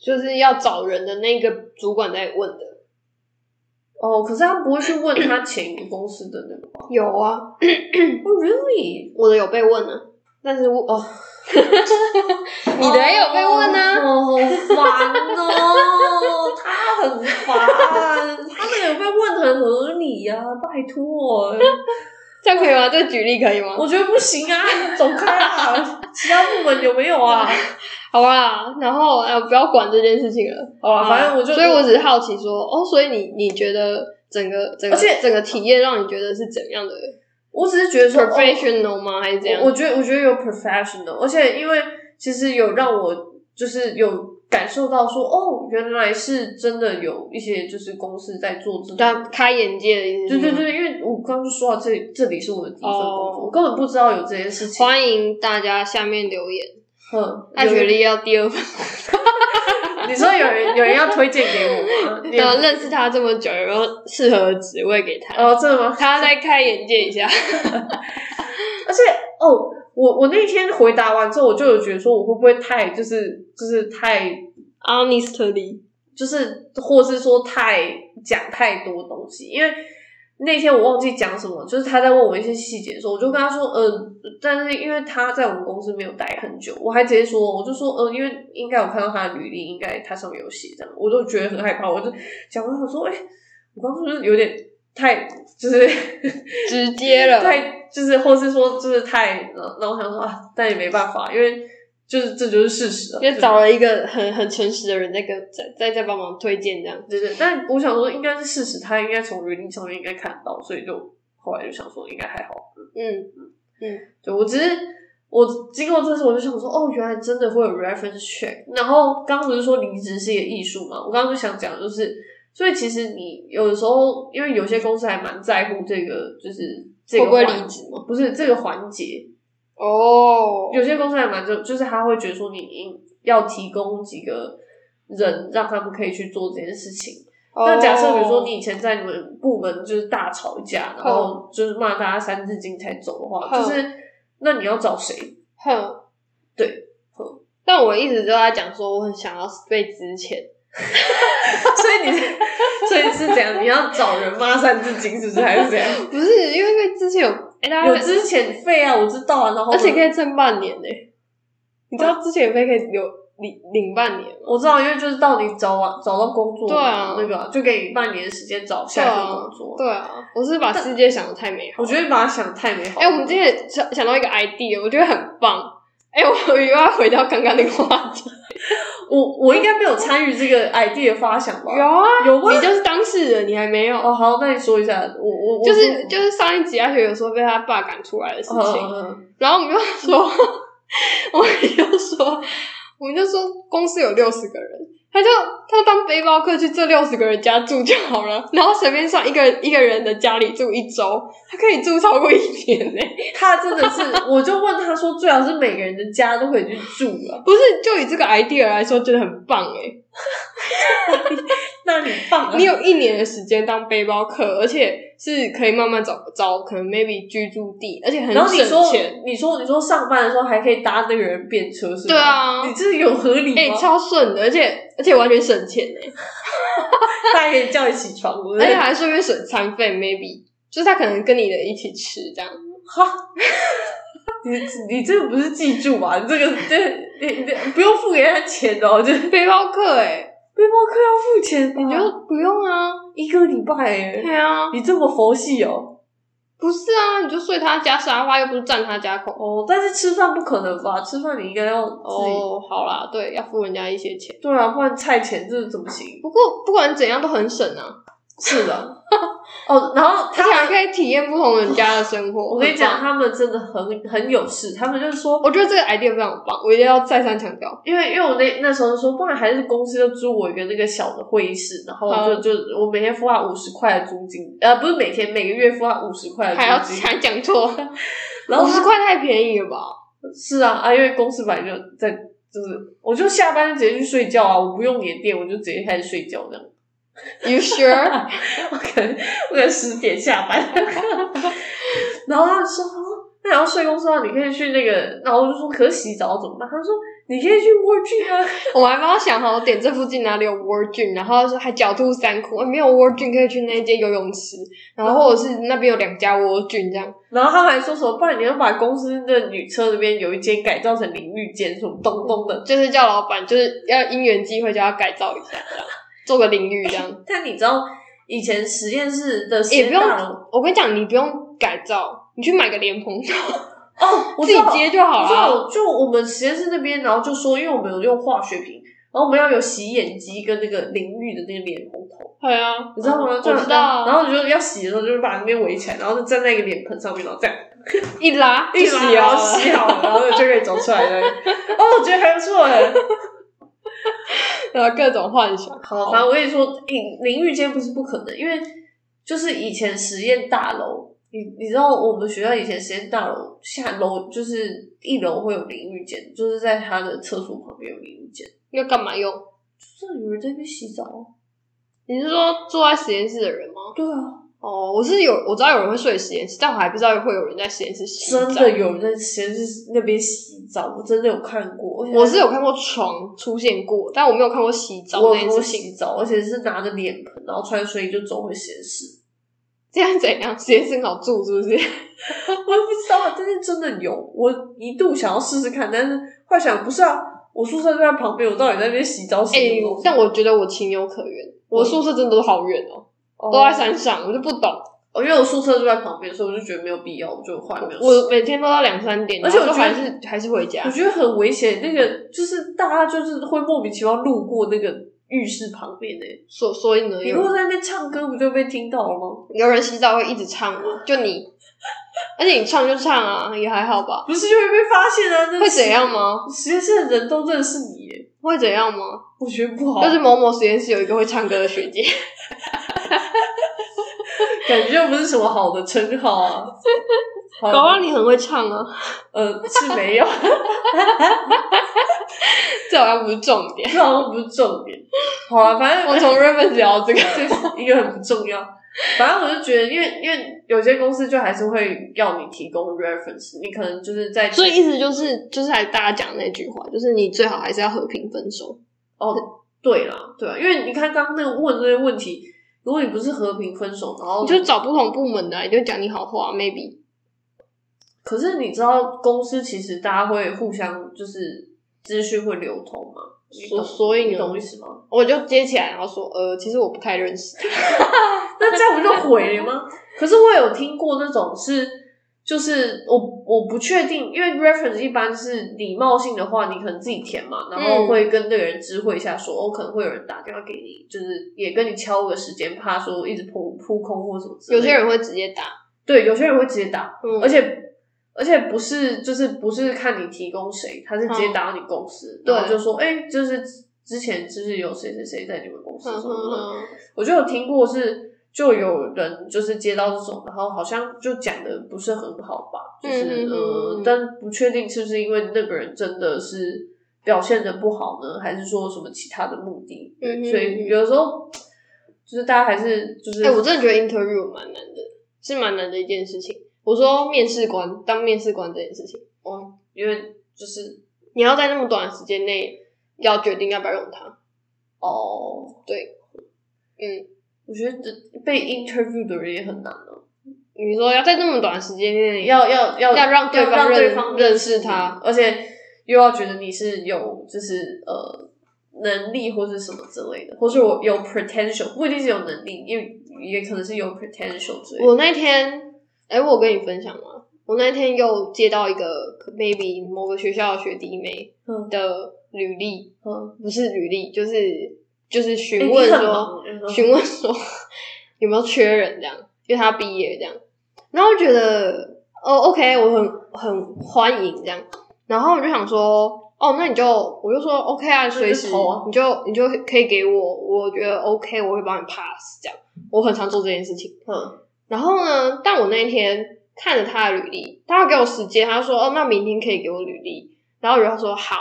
就是要找人的那个主管在问的。
哦，可是他不会去问他前一个公司的那个吧？
有啊，
哦，really？
我的有被问啊，但是我 哦，你的也有被问啊，
哦，好烦哦，他很烦，他的有被问很合理呀、拜托、
这样可以吗？这个举例可以吗？
我觉得不行啊，你 走开啊！其他部门有没有啊？
好吧，然后哎，不要管这件事情了。
好吧，反正我就，
啊所以我只是好奇说，哦，所以你你觉得整个整个
而且
整个体验让你觉得是怎样的
我只是觉得说哦
？professional 吗？还是怎样？
我我觉得我觉得有 professional，而且因为其实有让我就是有感受到说，哦，原来是真的有一些就是公司在做这种。
但开眼界的意思。
对对，对，因为我刚刚就说到这里，这里是我的第一份工作
哦
我根本不知道有这件事情。
欢迎大家下面留言。
嗯，
艾雪莉要第二份，
有，你说有人有人要推荐给我 吗？你
然后认识他这么久，有没有适合的职位给他？
哦，真的吗？
他再开眼界一 下。
而且哦，我我那天回答完之后，我就有觉得说，我会不会太就是就是太
Honestly，
就是，或是说太讲太多东西，因为。那天我忘记讲什么，就是他在问我一些细节的时候，我就跟他说，呃，但是因为他在我们公司没有待很久，我还直接说，我就说，呃，因为应该我看到他的履历，应该他上面有写这样，我就觉得很害怕，我就讲完我说，哎、我刚刚是不是有点太就是
直接 了
太就是或是说就是太，然后我想说啊，但也没办法，因为就是这就是事实了，
因为找了一个很很诚实的人在跟在在在帮忙推荐这样。
对对，但我想说应该是事实，他应该从履历上面应该看到，所以就后来就想说应该还好。
嗯，
对我只是我经过这次，我就想说，哦，原来真的会有 reference check。然后刚刚不是说离职是一个艺术嘛，我刚刚就想讲的就是，所以其实你有的时候，因为有些公司还蛮在乎这个，就是这个
会不会
环
离职吗？
不是这个环节，
哦，
有些公司还蛮就就是他会觉得说你应要提供几个人让他们可以去做这件事情。
哦
那假设比如说你以前在你们部门就是大吵架，然后就是骂大家三字经才走的话，
嗯
就是那你要找谁？
哼，
对哼。
但我一直都在讲说，我很想要被值钱，
所以你是所以你是怎样？你要找人骂三字经是不是？还 是怎样？
不是因为之前有哎、大家
有之前费啊，我知道啊，然后
而且可
以
以挣半年呢、你知道之前费可以留领领半年吗？
我知道，因为就是到你找完找到工作
对啊
那个啊就给你半年时间找下一份工作。
对啊，我是把世界想的太美好
我
了。
觉得把它想得太美好了。
哎、我们今天也想想到一个 idea，我觉得很棒。哎、我又要回到刚刚那个话题。
我我应该没有参与这个 idea 的发想吧？
啊，
有吗？
你就是当事人，你还没有。
哦，好，那你说一下，我我我
就是就是上一集阿雪有说被他爸赶出来的事
嗯
情，
嗯嗯
然后我们就说， 我们就说，我们就说公司有六十个人，他就他当背包客去这六十个人家住就好了，然后随便上一个一个人的家里住一周，他可以住超过一年呢、
他真的是，我就问他说，最好是每个人的家都可以去住 啊。
不是，就以这个 idea 来说，觉得很棒哎、
那你棒、啊，
你有一年的时间当背包客，而且是可以慢慢找找，可能 maybe 居住地，而且很
然后你
省
说
钱。
你说你说上班的时候还可以搭那个人便车是吧？
对啊
你这有合理吗？
哎、 超顺的，而且而且完全省钱呢、
他还可以叫你起床，我
而且
且
还顺便省餐费，maybe 就是他可能跟你的一起吃这样。
哈。你你这个不是记住吧？你这个这你你不用付给他钱的哦，就是
背包客哎、
背包客要付钱吧，
哦你就不用啊，
一个礼拜哎、
对啊，
你这么佛系哦？
不是啊，你就睡他家沙发，又不是占他家空。
哦，但是吃饭不可能吧？吃饭你应该要自己。
哦，好啦，对，要付人家一些钱。
对啊，不然菜钱这怎么行？
不过不管怎样都很省啊，
是 的。哦，然后
而且还
他，
可以体验不同人家的生活。
我跟你讲，
很棒，
他们真的很很有事。他们就是说，
我觉得这个 idea 非常棒，我一定要再三强调。
因为因为我那那时候就说，不然还是公司就租我一个那个小的会议室，然后就就我每天付他五十块的租金，呃，不是每天每个月付他五十块
还要
的租金，
还讲错，
然后
五
他
十块太便宜了吧？
是啊啊，因为公司本来就在就是，我就下班就直接去睡觉啊，我不用你的电，我就直接开始睡觉这样。
You sure？
我可能我可能十点下班， 然后他就说。哦那你要睡公司啊？你可以去那个，然后我就说，可是洗澡怎么办？他说你可以去 w o r g 啊，
我还帮他想好点这附近哪里有 Virgin，然后还狡兔三窟，哎没有 Virgin 可以去那间游泳池，然后或者是那边有两家 Virgin 这样。
然后他们还说什么，不然你要把公司的女厕那边有一间改造成淋浴间，什么东东的。
就是叫老板，就是要因缘机会叫他改造一下， 这样做个淋浴这样。
但你知道以前实验室的实
也
验
不用
大楼，
我跟你讲，你不用改造，你去买个莲蓬头，
哦， 我
自
知
己
道
接就好啊了。
就就我们实验室那边，然后就说，因为我们有用化学品，然后我们要有洗眼机跟那个淋浴的那个脸盆头，
对啊，
你知道吗？
我知道啊。
然后你就要洗的时候，就是把那边围起来，然后就站在一个脸盆上面，然后这样
一拉
一
就
洗，
洗
然
好
后
了。
洗好了，然后就可以走出来了。哦，我觉得还不错哎。
然后各种幻想。
好，反正我跟你说，淋淋浴间不是不可能，因为就是以前实验大楼，你你知道我们学校以前实验大楼下楼就是一楼会有淋浴间，就是在他的厕所旁边有淋浴间，
要干嘛用？
就是有人在那边洗澡啊。
你是说坐在实验室的人吗？
对啊，
哦，我是有我知道有人会睡实验室，但我还不知道会有人在实验室洗澡。
真的，有人在实验室那边洗澡，我真的有看过。而且
我是有看过床出现过，但我没有看过洗澡
我
这件
我
事情。
洗澡，而且是拿着脸盆，然后穿睡衣就走回实验室。
这样怎样？实验室很好住是不是？
我也不知道，啊但是真的有，我一度想要试试看，但是后来想不是啊，我宿舍就在旁边，我到底在那边洗澡洗
哎、
什么东西？
但我觉得我情有可原。我宿舍真的都好远哦、
哦
都在山上，我就不懂。
哦，因为我宿舍就在旁边，所以我就觉得没有必要，我就后来没有试。
我每天都到两三点，
而且我
然后都
觉
还
得
是还是回家
我。觉得很危险，那个就是大家就是会莫名其妙路过那个浴室旁边呢、欸
所所以呢，
你如
有
果在那边唱歌，不就被听到了吗？
有人洗澡会一直唱吗？就你，而且你唱就唱啊，也还好吧。
不是就会被发现啊？那
会怎样吗？
实验室的人都认识你、欸，
会怎样吗？
我觉得不好，
就是某某实验室有一个会唱歌的学姐，
感觉又不是什么好的称 号啊。好
搞忘你很会唱啊，
呃是没有。
这好像不是重点。
这好像不是重点。好了，反正
我 从 reference 聊这个，
就是一个很不重要。反正我就觉得，因为因为有些公司就还是会要你提供 reference，你可能就是在
所以意思就是就是还大家讲那句话，就是你最好还是要和平分手。
哦，对啦，对啊，因为你看刚刚那个问那个问题，如果你不是和平分手，然后
你就找不同部门的啊、你就讲你好话，maybe。
可是你知道公司其实大家会互相就是资讯会流通嘛，你懂
所所以呢
你懂意思吗？
我就接起来，然后说，呃，其实我不太认识他。
那这样不就毁 了吗？可是我有听过那种是，就是我我不确定，因为 reference 一般是礼貌性的话，你可能自己填嘛，然
嗯
后会跟那个人知会一下说，哦，可能会有人打电话给你，就是也跟你敲个时间，怕说一直扑扑空或什么之类
有
的。
些人会直接打，
对，有些人会直接打，
嗯，
而且。而且不是，就是不是看你提供谁，他是直接打到你公司，
嗯对
然后就说，哎、就是之前就是有谁谁谁在你们公司
嗯
什么
哼
的，
哼
我就有听过是，就有人就是接到这种，然后好像就讲的不是很好吧，就是
嗯嗯嗯嗯
呃，但不确定是不是因为那个人真的是表现的不好呢，还是说有什么其他的目的？
嗯哼
所以有时候就是大家还是就是，
哎、我真的觉得 interview 蛮难的，是蛮难的一件事情。我说面试官当面试官这件事情，
哦，因为就是
你要在那么短的时间内要决定要不要用它。
哦，
对，嗯，
我觉得被 interview 的人也很难哦、
你说要在那么短的时间内
要要要
要让对方
让
认
对方
认识他，
而且又要觉得你是有就是呃能力或是什么之类的，或是我有 potential，不一定是有能力，因为也可能是有 potential 之类的。
我那天哎、我跟你分享吗？我那天又接到一个 maybe 某个学校的学弟妹
嗯
的履历，
嗯，
不是履历，就是就是
诶
询
你
问
很
说，
忙嗯
询问说有没有缺人这样，因为他毕业这样。然后我觉得哦，OK，我很很欢迎这样。然后我就想说，哦，那你就我就说 OK 啊，随时
投啊
你就你就可以给我，我觉得 OK，我会帮你 pass 这样。我很常做这件事情。
嗯
然后呢，但我那一天看着他的履历，他要给我时间，他说哦，那明天可以给我履历，然后我就说好。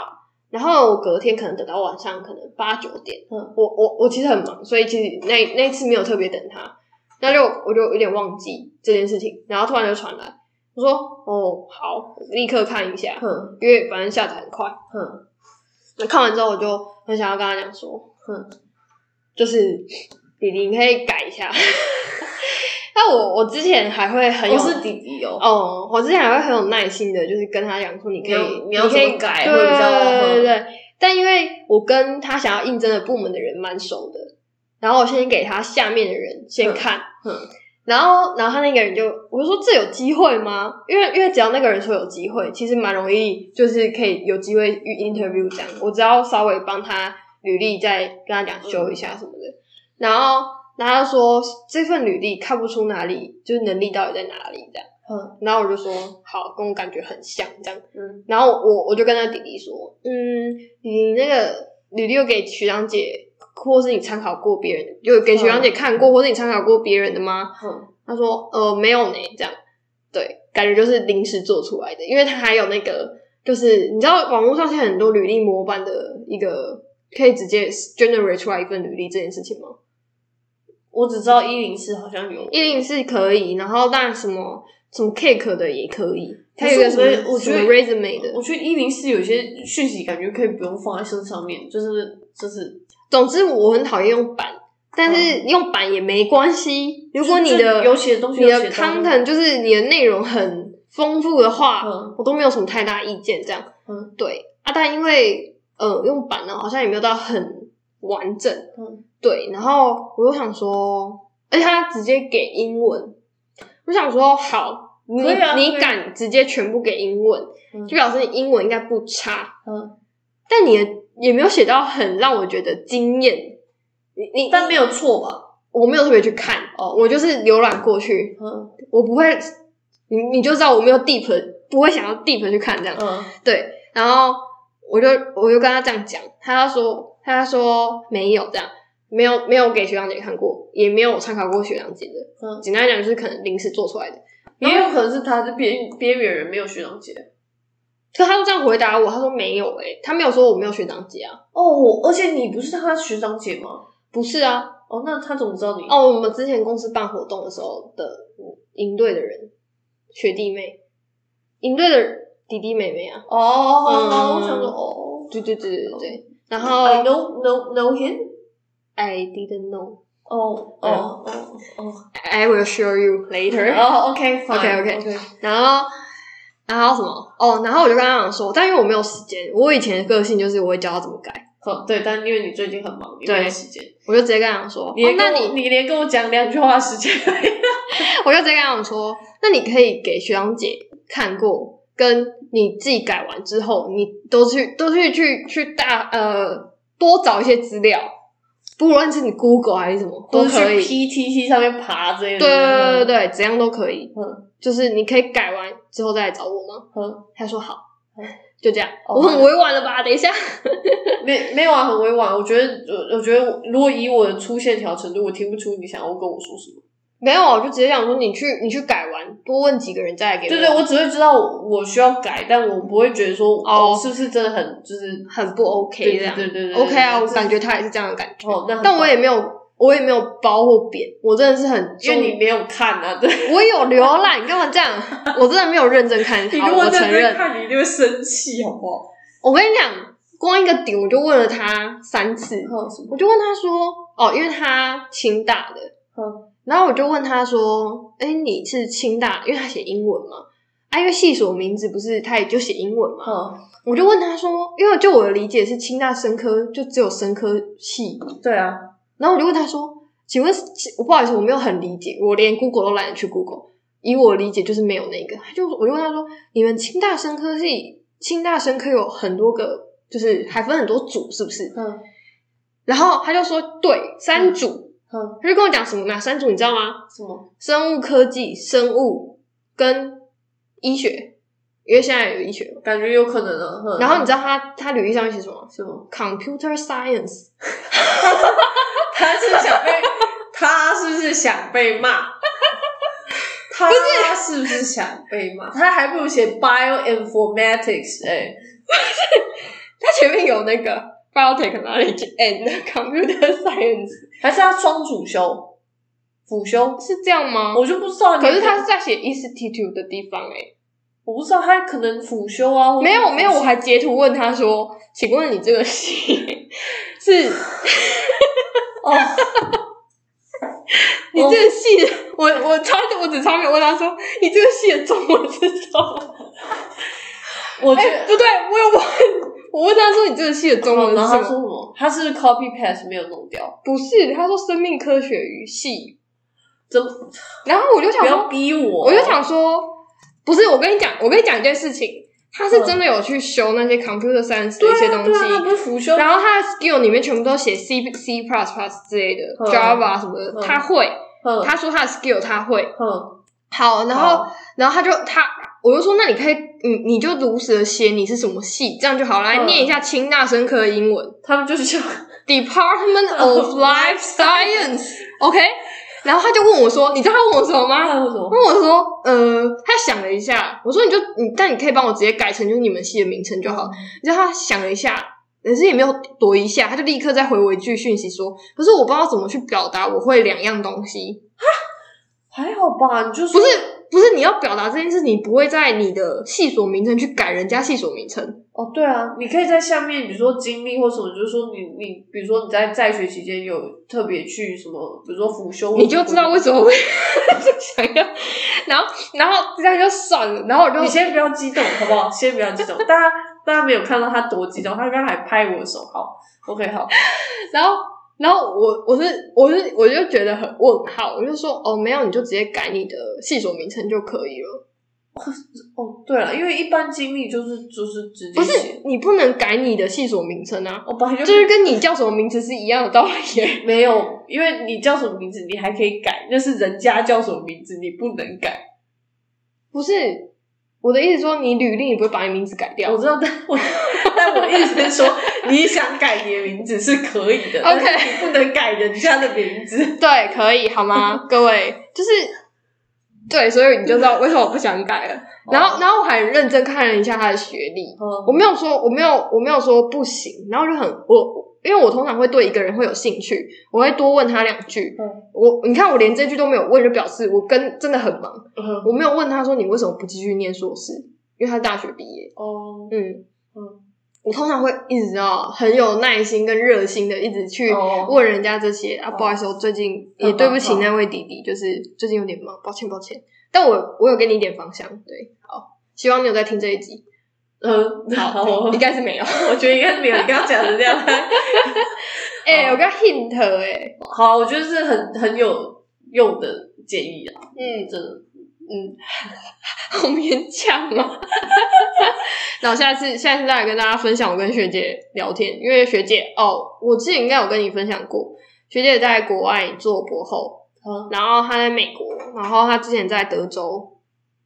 然后我隔天可能等到晚上，可能八九点，
嗯，
我我我其实很忙，所以其实那那一次没有特别等他，那就我就有点忘记这件事情，然后突然就传来，我说哦好，立刻看一下，
嗯
因为反正下载很快。
嗯，
那看完之后，我就很想要跟他讲说，
嗯，
就是弟弟，你可以改一下。 那我我之前还会很有
我是弟弟哦，
哦，我之前还会很有耐心的，就是跟他讲说，你可以，
你要你要
可以
怎么改
对
会比较嗯
对对对。但因为我跟他想要应征的部门的人蛮熟的，然后我先给他下面的人先看，
嗯
然后然后他那个人就我就说这有机会吗？因为因为只要那个人说有机会，其实蛮容易就是可以有机会遇 interview 这样，我只要稍微帮他履历再跟他讲修一下什么的，然后。然后他就说这份履历看不出哪里就是能力到底在哪里这样。
嗯
然后我就说好，跟我感觉很像这样。
嗯
然后我我就跟那弟弟说，嗯，你那个履历有给学长姐，或是你参考过别人，有给学长姐看过，或是你参考过别人的吗？
嗯
他说呃没有呢，这样，对，感觉就是临时做出来的，因为他还有那个就是你知道网络上现在很多履历模板的一个可以直接 generate 出来一份履历这件事情吗？
我只知道一零四好像有，
一定是可以，然后但什么什么 cake 的也可以，
可
它有一
是
个什
我觉得
么
我
什
觉得
么 resume 的
我。觉得一零四有些讯息感觉可以不用放在身上面，就是就是，
总之，我很讨厌用板，但是
嗯
用板也没关系。如果你的
有写的东西
你
有
的
写东西
content 就是你的内容很丰富的话，
嗯
我都没有什么太大意见。这样，
嗯
对啊，但因为呃用板呢，好像也没有到很完整，
嗯
对，然后我就想说，而且他直接给英文，我想说好，你、
可以啊
你
可以
敢直接全部给英文，
嗯
就表示你英文应该不差，
嗯，
但你的也没有写到很让我觉得惊艳。你你，
但没有错吧？
我没有特别去看哦，我就是浏览过去，
嗯
我不会，你你就知道我没有 deep，不会想要 deep 去看这样。
嗯
对，然后我就我就跟他这样讲，他说他说没有这样，没有没有给学长姐看过，也没有参考过学长姐的。
嗯，
简单来讲，就是可能临时做出来的。
也有可能是他是边边缘人，没有学长姐。
可他就这样回答我，他说没有、欸，他没有说我没有学长姐啊，
哦，我而且你不是他学长姐吗？
不是啊。
哦，那他怎么知道你？
哦，我们之前公司办活动的时候的营队的人，学弟妹，营队的弟弟妹妹啊，
哦哦，
嗯
我想说哦，
对对对对对对。然
I
后
know know know him。
I didn't know.
哦哦哦哦
I will show you later.
哦，OK
OK，OK
fine OK
然后，然后什么？哦，然后我就跟他讲说，但因为我没有时间，我以前的个性就是我会教他怎么改，
好，对，但因为你最近很忙，你
对
没有时间，
我就直接跟他讲说，
你
哦
连、
那
跟我
你，
你连跟我讲两句话时 间而已。
我就直接跟他讲说，那你可以给学长姐看过，跟你自己改完之后，你都去都去去去大呃多找一些资料，不论是你 Google 还是什么，都
都去
可以。
PTT 上面爬之类的。
对对对，对，怎样都可以。
嗯
就是你可以改完之后再来找我吗？
嗯，
他说好
嗯，
就这样。
哦
我很委婉了吧？等一下。
没没有啊，很委婉。我觉得，我我觉得我，如果以我的粗线条程度，我听不出你想要跟我说什么。
没有，我就直接讲说你去你去改完，多问几个人再来给我。
对对，我只会知道我需要改，但我不会觉得说
哦
哦，是不是真的很就是
很不 OK
对
这
对
样。
对对对
OK 啊，我
就是
感觉他也是这样的感觉。
哦，那很
但我
棒
也没有，我也没有褒或贬，我真的是很
因
中，
为你没有看啊，对。
我有浏览，你干嘛这 样？我真的没有认真看。
你
好，
如
我
果
承
认真
认。
看，你一定会生气，好不好？
我跟你讲，光一个顶我就问了他三次，
哼什么
我就问他说，哦，因为他清大的，
哼
然后我就问他说：“哎，你是清大，因为他写英文嘛，啊，因为系所名字不是他也就写英文嘛。
哼，
我就问他说：“因为就我的理解是清大生科就只有生科系。
对啊，”
然后我就问他说：“请问，我不好意思，我没有很理解，我连 Google 都懒得去 Google。以我理解就是没有那个，他就我就问他说，你们清大生科系，清大生科有很多个，就是还分很多组是不是？
嗯
然后他就说对，三组，
嗯，
他就跟我讲什么哪三组你知道吗？
什么？
生物科技、生物跟医学，因为现在有医学嘛。
感觉有可能啊。嗯
然后你知道他他履历上面写什么吗
什么？
？Computer Science，
他是想 被，他是不是想被骂？他是不是想被骂？他还不如写 bioinformatics 哎、
他前面有那个 biotech knowledge and computer science，
还是他双主修、辅修？
是这样吗？
我就不知道。
可是他是在写 institute 的地方哎、
我不知道他可能辅修啊。或者
没有
辅
没有，
修
我还截图问他说：“请问你这个系 是
哦，
你这个系的？”我我差我只差没有问他说：“你这个系的中文是什么
我？”觉
哎、
得。
不对，我有问，我问他说：“你这个系的中文
然
是
后
什
他说
么
什么？他是 copy paste 没有弄掉，？”
不是，他说生命科学与系。
怎么
然后我就想
不要
说，
逼我？
我就想说，不是，我跟你讲，我跟你讲一件事情，他是真的有去修那些 computer science 的一些东西。
嗯对啊，那不是辅修？
然后他的 skill 里面全部都写 C C plus plus 之类的、
嗯
Java 什么的，
嗯
他会。
哼
他说他的 skill 他会。
哼，
好，然后然后他就他，我就说那你可以，你你就如实的写你是什么系，这样就好。来、
嗯
念一下清大生科的英文
他们就是想
，Department of Life Science，OK、然后他就问我说，你知道他问我什么吗？
啊，为什么？
问我说，呃，他想了一下，我说你就你，但你可以帮我直接改成就是你们系的名称就好。你知道他想了一下，可是也没有躲一下，他就立刻再回我一句讯息说，可是我不知道怎么去表达我会两样东西。
还好吧，你就
不
说
是不是，你要表达这件事，你不会在你的系所名称去改人家系所名称。
哦，对啊，你可以在下面，比如说经历或什么，就是说你你，比如说你在在学期间有特别去什么，比如说辅修，
你就知道为什么我就 想要，然后然后这样就算了，然后我就
你先不要激动，好不好？先不要激动，大家大家没有看到他多激动，他刚刚还拍我的手，好，OK，好，
然后然后我我是我是我就觉得很问号，我就说哦没有，你就直接改你的系所名称就可以了，
哦，对了，因为一般经历就是就是直接
不
写
是，你不能改你的系所名称啊，
我本来就
就是跟你叫什么名字是一样的道理 耶。
没有，因为你叫什么名字，你还可以改，那是人家叫什么名字，你不能改。
不是我的意思说，你履历你不会把你名字改掉
我，知道，但我但我意思是说，你想改你的名字是可以的
OK
但是你不能改人家的名字。
对，可以好吗？ 各位，就是对，所以你就知道为什么我不想改了。然后，然后我还认真看了一下他的学历，我
嗯，
没有说，我没有，我没有说不行。然后就很我，因为我通常会对一个人会有兴趣，我会多问他两句。
嗯
我你看，我连这句都没有问，就表示我跟真的很忙。
嗯
我没有问他说你为什么不继续念硕士，因为他大学毕业。
哦
嗯
嗯，
我通常会一直啊很有耐心跟热心的一直去
哦，
问人家这些啊，
哦
不好意思，我最近
嗯
也对不起
嗯嗯
那位弟弟，就是最近有点忙，抱歉抱歉。但我我有给你一点方向，对，好，希望你有在听这一 集。
嗯，好，我
应该是没有。
我觉得应该没有你刚刚讲的那样。
哎、我跟他 hint 哎、
好，我觉得是很很有用的建议啊，
嗯
真的。
嗯，好勉强 啊。然后下次下次再来跟大家分享我跟学姐聊天，因为学姐哦，我之前应该有跟你分享过，学姐在国外做博后，
嗯
然后他在美国，然后他之前在德州，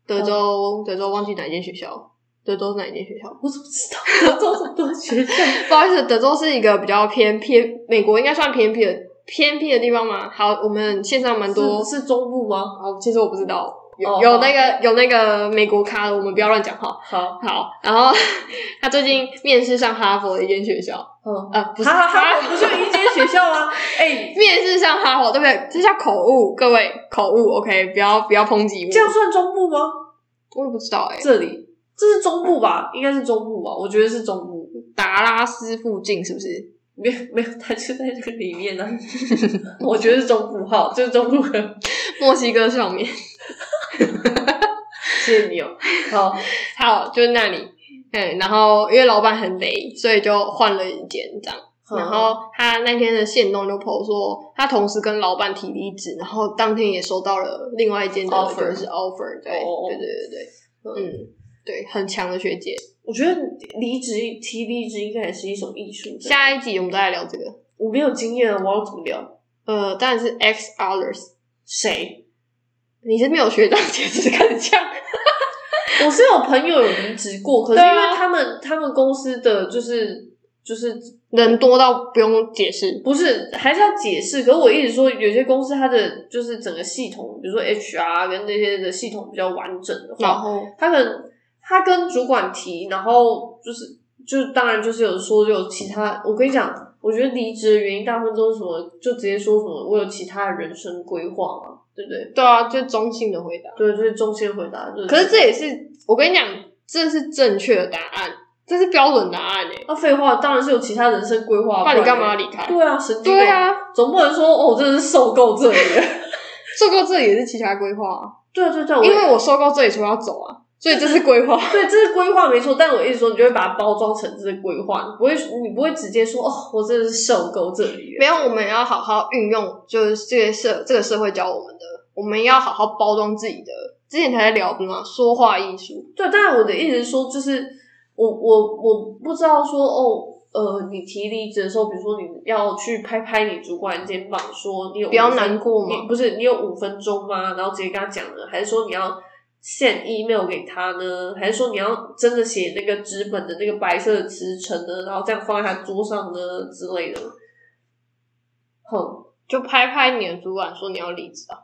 德州，德州忘记哪间学校，德州是哪间学校？
我怎么知道？我做这么多学校，
不好意思，德州是一个比较偏偏，美国应该算偏僻的偏僻的地方嘛。好，我们线上蛮多，
是是中部吗？
好，其实我不知道。有、
哦
有那个有那个美国咖的，我们不要乱讲话。
好，
好，然后 他最近面试上哈佛的一间学校，
嗯，
呃，不是
哈哈哈，不是有一间学校 吗？哎、
面试上哈佛，对不对？这叫口误，各位口误，OK，不要不要抨击我。
这样算中部吗？
我也不知道哎、
这里这是中部吧？应该是中部吧？我觉得是中部，
达拉斯附近是不是？
没有没有，它就在这个里面 呢、我觉得是中部，好，就是中部的。
墨西哥上面，
谢谢你哦。好，
好，就是那里。嗯，然后因为老板很雷，所以就换了一间这样。
嗯
然后他那天的线动就 PO 说，他同时跟老板提离职，然后当天也收到了另外一间的
Offer
就是 offer，对、
哦
对对对对，嗯，对，很强的学姐。
我觉得离职提离职应该也是一种艺术。
下一集我们再来聊这个，
我没有经验，啊我要怎么聊？
呃，当然是 X others，
谁？
你是没有 学长姐，只是看这样，
我是有朋友有离职过，可是
对
因
啊
为他们他们公司的就是就是
人多到不用解释，
不是，还是要解释。可是我一直说，有些公司它的就是整个系统，比如说 HR 跟那些的系统比较完整的
然
话，
后
他可能他跟主管提，然后就是就当然就是有说有其他。我跟你讲，我觉得离职的原因大部分都是什么，就直接说什么我有其他的人生规划嘛，对不对？
对啊，就中性的回答。
对，就是中间回答就是。
可是这也是我跟你讲，这是正确的答案，这是标准答案诶、
那啊废话，当然是有其他人生规划。
不然你干
不
嘛要
然呢
离开？
对啊，神经病
对，啊，
总不能说哦，我真的是受够这里 了。
受够这里也是其他规划、啊，
对对对，我也
因为我受够这里说要走啊，所以这是规划。
对，这是规划没错，但我一直说，你就会把它包装成这是规划，你不会，你不会直接说哦，我真的是受够这里了。
没有，我们要好好运用，就是这个社这个社会教我们的，我们要好好包装自己的。之前才在聊的嘛，说话艺术，
对，但我的意思是说，就是我我我不知道说哦，呃，你提离职的时候，比如说你要去拍拍你主管肩膀，说你有
不要
五分
难过嘛
你不是你有五分钟吗？然后直接跟他讲了，还是说你要？现 email 给他呢，还是说你要真的写那个纸本的那个白色的辞呈呢，然后这样放在他桌上呢之类的？哼，
就拍拍你的主管说你要离职啊。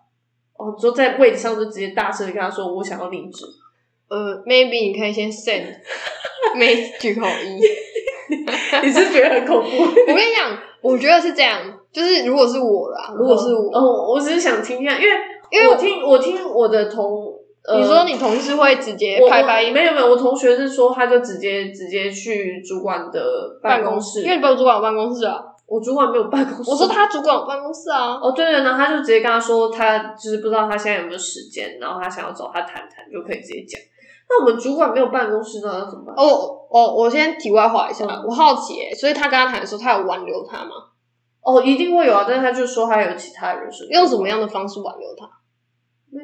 哦，你说在位置上就直接大声的跟他说我想要离职，
呃，maybe 你可以先 send 没句口一。
你是不是觉得很恐怖？
我跟你讲，我觉得是这样，就是如果是我啦，如果是我，
哦，我只是想听一下，因为
因为
我听我听我的同，呃、
你说你同事会直接
我
拍拍
我没有没有，我同学是说他就直接直接去主管的办公室，
因为你不是主管有办公室啊。
我主管没有办公室，
我说他主管有办公室啊，
哦对对，然后他就直接跟他说他就是不知道他现在有没有时间，然后他想要找他谈谈，就可以直接讲。那我们主管没有办公室，那要怎么办？
哦哦，我先题外话一下，
嗯
我好奇、欸，所以他跟他谈的时候，他有挽留他吗？
哦，一定会有啊，但是他就说他有其他人生，
用什么样的方式挽留他？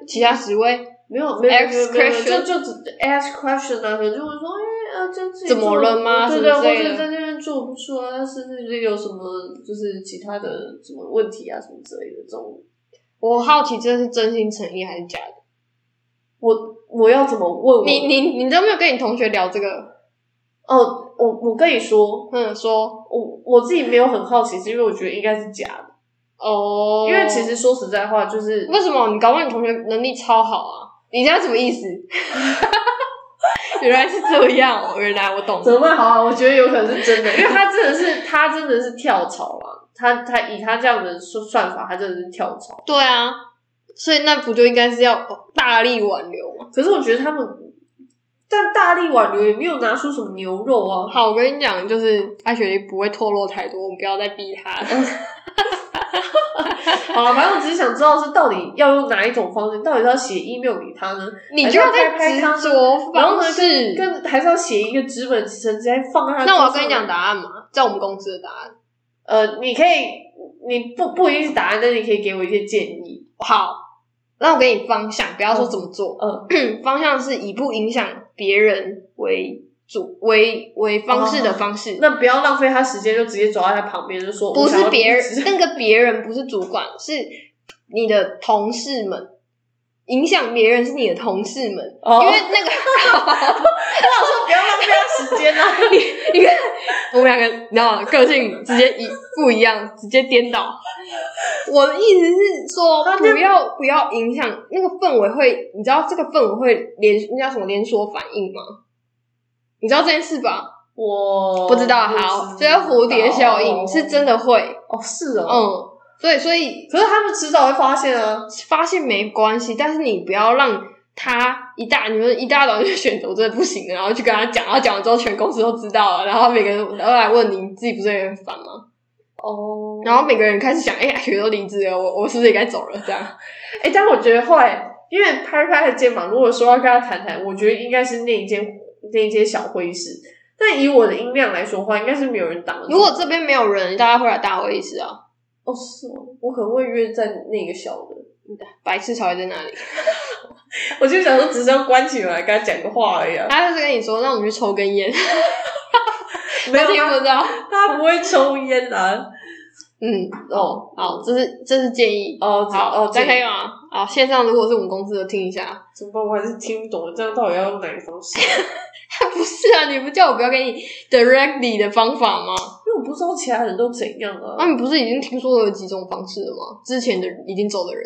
其他职位
没有没有
Ask
没有没有
question
就就只 ask question 啊，可能就会说，哎、呃，这自己
怎么了吗
对
什
对，
么
或
之类的
者在那边做不出来，但是那边有什么就是其他的什么问题啊，什么之类的这种，
我好奇，这是真心诚意还是假的？
我我要怎么问我？
你你你都没有跟你同学聊这个？
哦，我我跟你说，
嗯，说
我我自己没有很好奇，是因为我觉得应该是假的，
哦，
因为其实说实在话，就是
为什么你搞不好你同学能力超好啊？你这样什么意思？ 原来是这样哦，原来我懂
怎么办好啊？我觉得有可能是真的，因为他真的是他真的是跳槽了，他他以他这样的算算法，他真的是跳槽。
对啊，所以那不就应该是要大力挽留吗？
可是我觉得他们，但大力挽留也没有拿出什么牛 肉啊。
好，我跟你讲，就是艾雪莉不会透露太多，我们不要再逼她
哎
了。
好了，反正我只是想知道是到底要用哪一种方式，到底是要写 email 给他呢，
你就要再
还是
执
要拍拍
着
然后
方
呢
式。
跟还是要写一个纸本直接放在 他。
那我要跟你讲，答案嘛，在我们公司的答案。
呃，你可以，你不不一定是答案，但你可以给我一些建议。
好，那我给你方向，不要说怎么做。
嗯，
方向是以不影响别人为主为为方式的方式。
哦那不要浪费他时间，就直接走到他旁边就说，
不
我想
是
要
别人
离职，
那个别人不是主管，是你的同事们。影响别人是你的同事们，
哦，
因
因
为
为
那个
不要浪费他时 间啊。
因为我们两个，你知道吗？个性直接一不一样，直接颠倒。我的意思是说，
啊那
不要不要影响那个氛围会，你知道这个氛围会连那叫什么连锁反应吗？你知道这件事吧？
我
哦不知道，好，这叫蝴蝶效应，是真
的
的会，
哦，是哦，
嗯，对，所以
可是他们迟早会发现啊。
发现没关系，但是你不要让他一大你们一大早就选择我真的不行了，然后去跟他讲，然后讲完之后全公司都知道了，然后每个人都来问你，你自己不是也很烦吗？
哦然
然
后，
后每个人开始想，哎、呀，学都离职了，我我是不是也该走了？这样，
哎、但我觉得后来，因为拍拍他的肩膀，如果说要跟他谈谈，我觉得应该是那一间那一间小会议室，但以我的音量来说的话，应该是没有人挡得住。
如果这边没有人，大家会来打我一次啊！
哦是哦，我可能会约在那个小的，
白痴才会在那里。
我就想说只是要关起门来跟他讲个话而已啊。
他就是跟你说，让我们去抽根烟，
没
他
有
听
他，
不到。
他不会抽烟啊。
嗯，
哦
好，这是这是建议。
哦
好，
哦，
这样可以
啊。
吗？好，线上如果是我们公司的，听一下。
怎么办？我还是听不懂，这样到底要用哪个方式？啊
不是啊，你不叫我不要给你 directly 的方法吗？
因为我不知道其他人都怎样啊
那、。你不是已经听说了有几种方式了吗？之前的已经走的人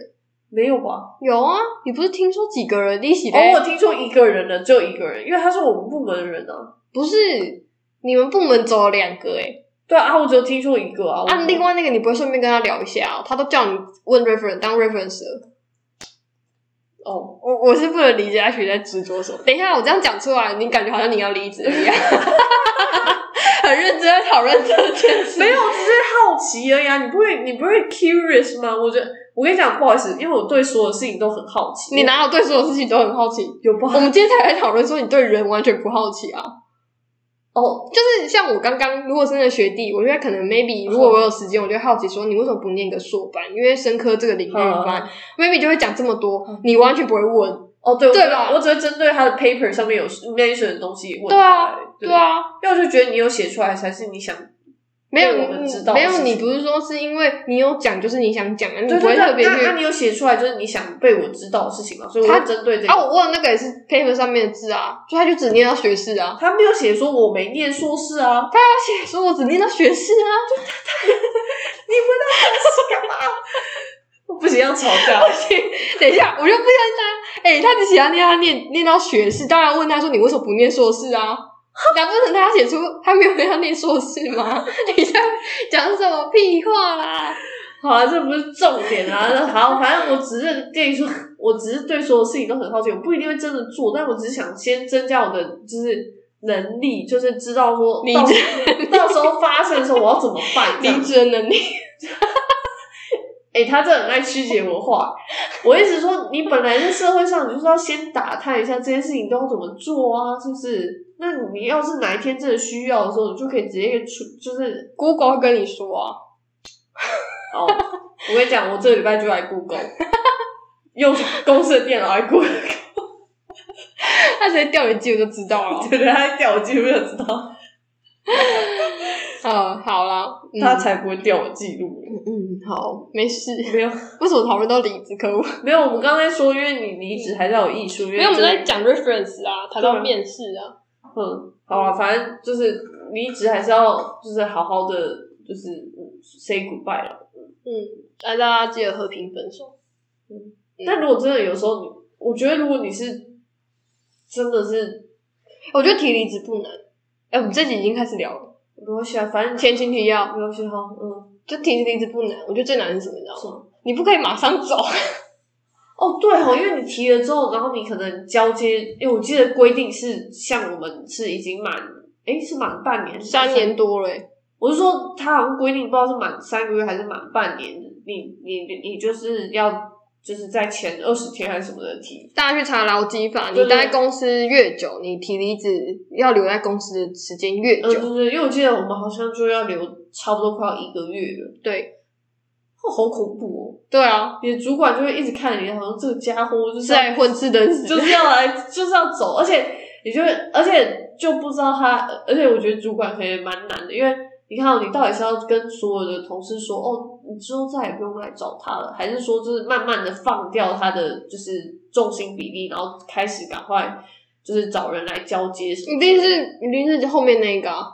没有吧？
有啊，你不是听说几个人一起
哦，
在？
我听说一个人的，只有一个人，因为他是我们部门的人啊。
不是，你们部门走了两个欸诶、
对啊，我只有听说一个啊。我
欸，啊，另外那个你不会顺便跟他聊一下、哦，他都叫你问 reference 当 reference 了。
哦，
我我是不能理解他学在执着什么。等一下，我这样讲出来，你感觉好像你要离职一 样，很认真在讨论这件事。
没有，只是好奇而已啊。你不会，你不会 curious 吗？我觉得，我跟你讲，不好意思，因为我对所有事情都很好奇。
你哪有对所有事情都很好奇？
有吧
我？们今天才来讨论说你对人完全不好奇啊。
哦，
就是像我刚刚，如果是那个学弟，我觉得可能 maybe
嗯
如果我有时间，我就会好奇说你为什么不念个硕班？因为生科这个领域班、
嗯
m a y b e 就会讲这么多
嗯，
你完全不会问。
哦，对，我
对吧
我只会针对他的 paper 上面有 mention 的东西问
对啊
他。
对，啊，
因为我就觉得你有写出来才是你想。
没有
对我们知道
你
的
没有
事
你
情
不是说是因为你有讲就是你想讲，你
对
不会
对
特
对，
别
那那
去。
你有写出来就是你想被我知道的事情嘛？所以我
他
会针对这个。
啊，我问那个也是 paper 上面的字啊，就他就只念到学士啊，
他没有写说我没念硕士啊，
他写说我只念到学士啊，
不行要吵架。啊
等一下，我就不相信他。哎、他只写要念他念念到学士，当然问他说你为什么不念硕士啊？难不成他写出他没有要念硕士吗？ 你在讲什么屁话啦？
好啊，这不是重点啊。 那好，反正我只是跟你说，我只是对所有事情都很好奇，我不一定会真的做，但我只是想先增加我的就是能力，就是知道说
你
到时候到时候发生的时候我要怎么 办。
离
这样
职的能力，
哎、他真的很爱曲解我话。我一直说，你本来在社会上，你就是要先打探一下这件事情都要怎么做啊，是不是？那你要是哪一天真的需要的时候，你就可以直接出，就是
Google 会跟你说啊，
哦，我跟你讲，我这个礼拜就来 Google，用公司的电脑来 Google，
他直接调你记录就知道了。
对对，他掉我记录就知道，
嗯，好啦，嗯
他才不会掉我记录。
嗯好，没事。
没有
为什么讨论到离职？可恶！
没有，我们刚才说，因为你离职还是要有艺术，因 为
没有，我们
这个
在讲 reference 啊，谈到
对
面试啊。
嗯，好啊，反正就是离职还是要就是好好的就是嗯 say goodbye 了。
嗯，大家记得和平分手。
但如果真的有时候你，我觉得如果你是真的是
我觉得提离职不难。哎、我们这集已经开始聊了。
没关系啊，反正
前情提要，
没关系哈，嗯，
就提离职不难，我觉得最难是什么，你知道
什
吗？你不可以马上 走，
哦对哦，因为你提了之后，然后你可能交接，因为我记得规定是像我们是已经满，诶，是满半年，
三年，多了欸、
我是说他好像规定不知道是满三个月还是满半年，你你你你就是要就是在前二十天还是什么的提
大家去查劳基法，
对
你
对
待公司越久，你提离职要留在公司的时间越
嗯，对
久。
对，因为我记得我们好像就要留差不多快要一个月了，
对
哦，好恐怖
对啊
哦！，你的主管就会一直看你，好像这个家伙就是是要
在混吃等死。
就是要来就是要走，而且你就会而且就不知道他，而且我觉得主管可能也蛮难的，因为你看、哦、你到底是要跟所有的同事说哦，你之后再也不用来找他了，还是说就是慢慢的放掉他的就是重心比例，然后开始赶快就是找人来交接什么
一
之类
定
的？
是一定是后面那个、啊，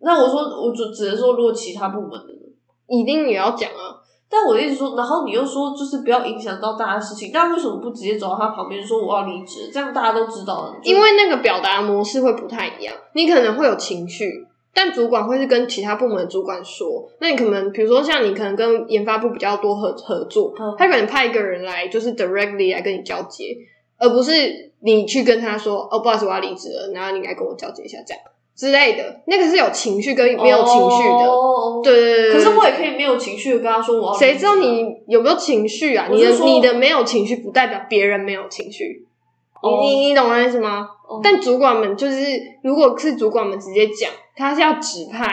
那我说我只只能说，如果其他部门的呢？
一定也要讲啊。
但我的意思说，然后你又说就是不要影响到大家的事情，那为什么不直接走到他旁边说我要离职？这样大家都知道了。就
因为那个表达模式会不太一样，你可能会有情绪，但主管会是跟其他部门的主管说。那你可能比如说像你可能跟研发部比较多合合作，
嗯
他可能派一个人来，就是 directly 来跟你交接，而不是你去跟他说：“哦，不好意思，我要离职了，然后你来跟我交接一下，这样之类的。”那个是有情绪跟没有情绪的，
哦、
对对对对
可是我也可以没有情绪的跟他说我要离职。
谁知道你有没有情绪啊？
我
你
是
的
说
你的没有情绪，不代表别人没有情绪。
哦
你你你懂我的意思吗？
哦
但主管们就是，如果是主管们直接讲，他是要指派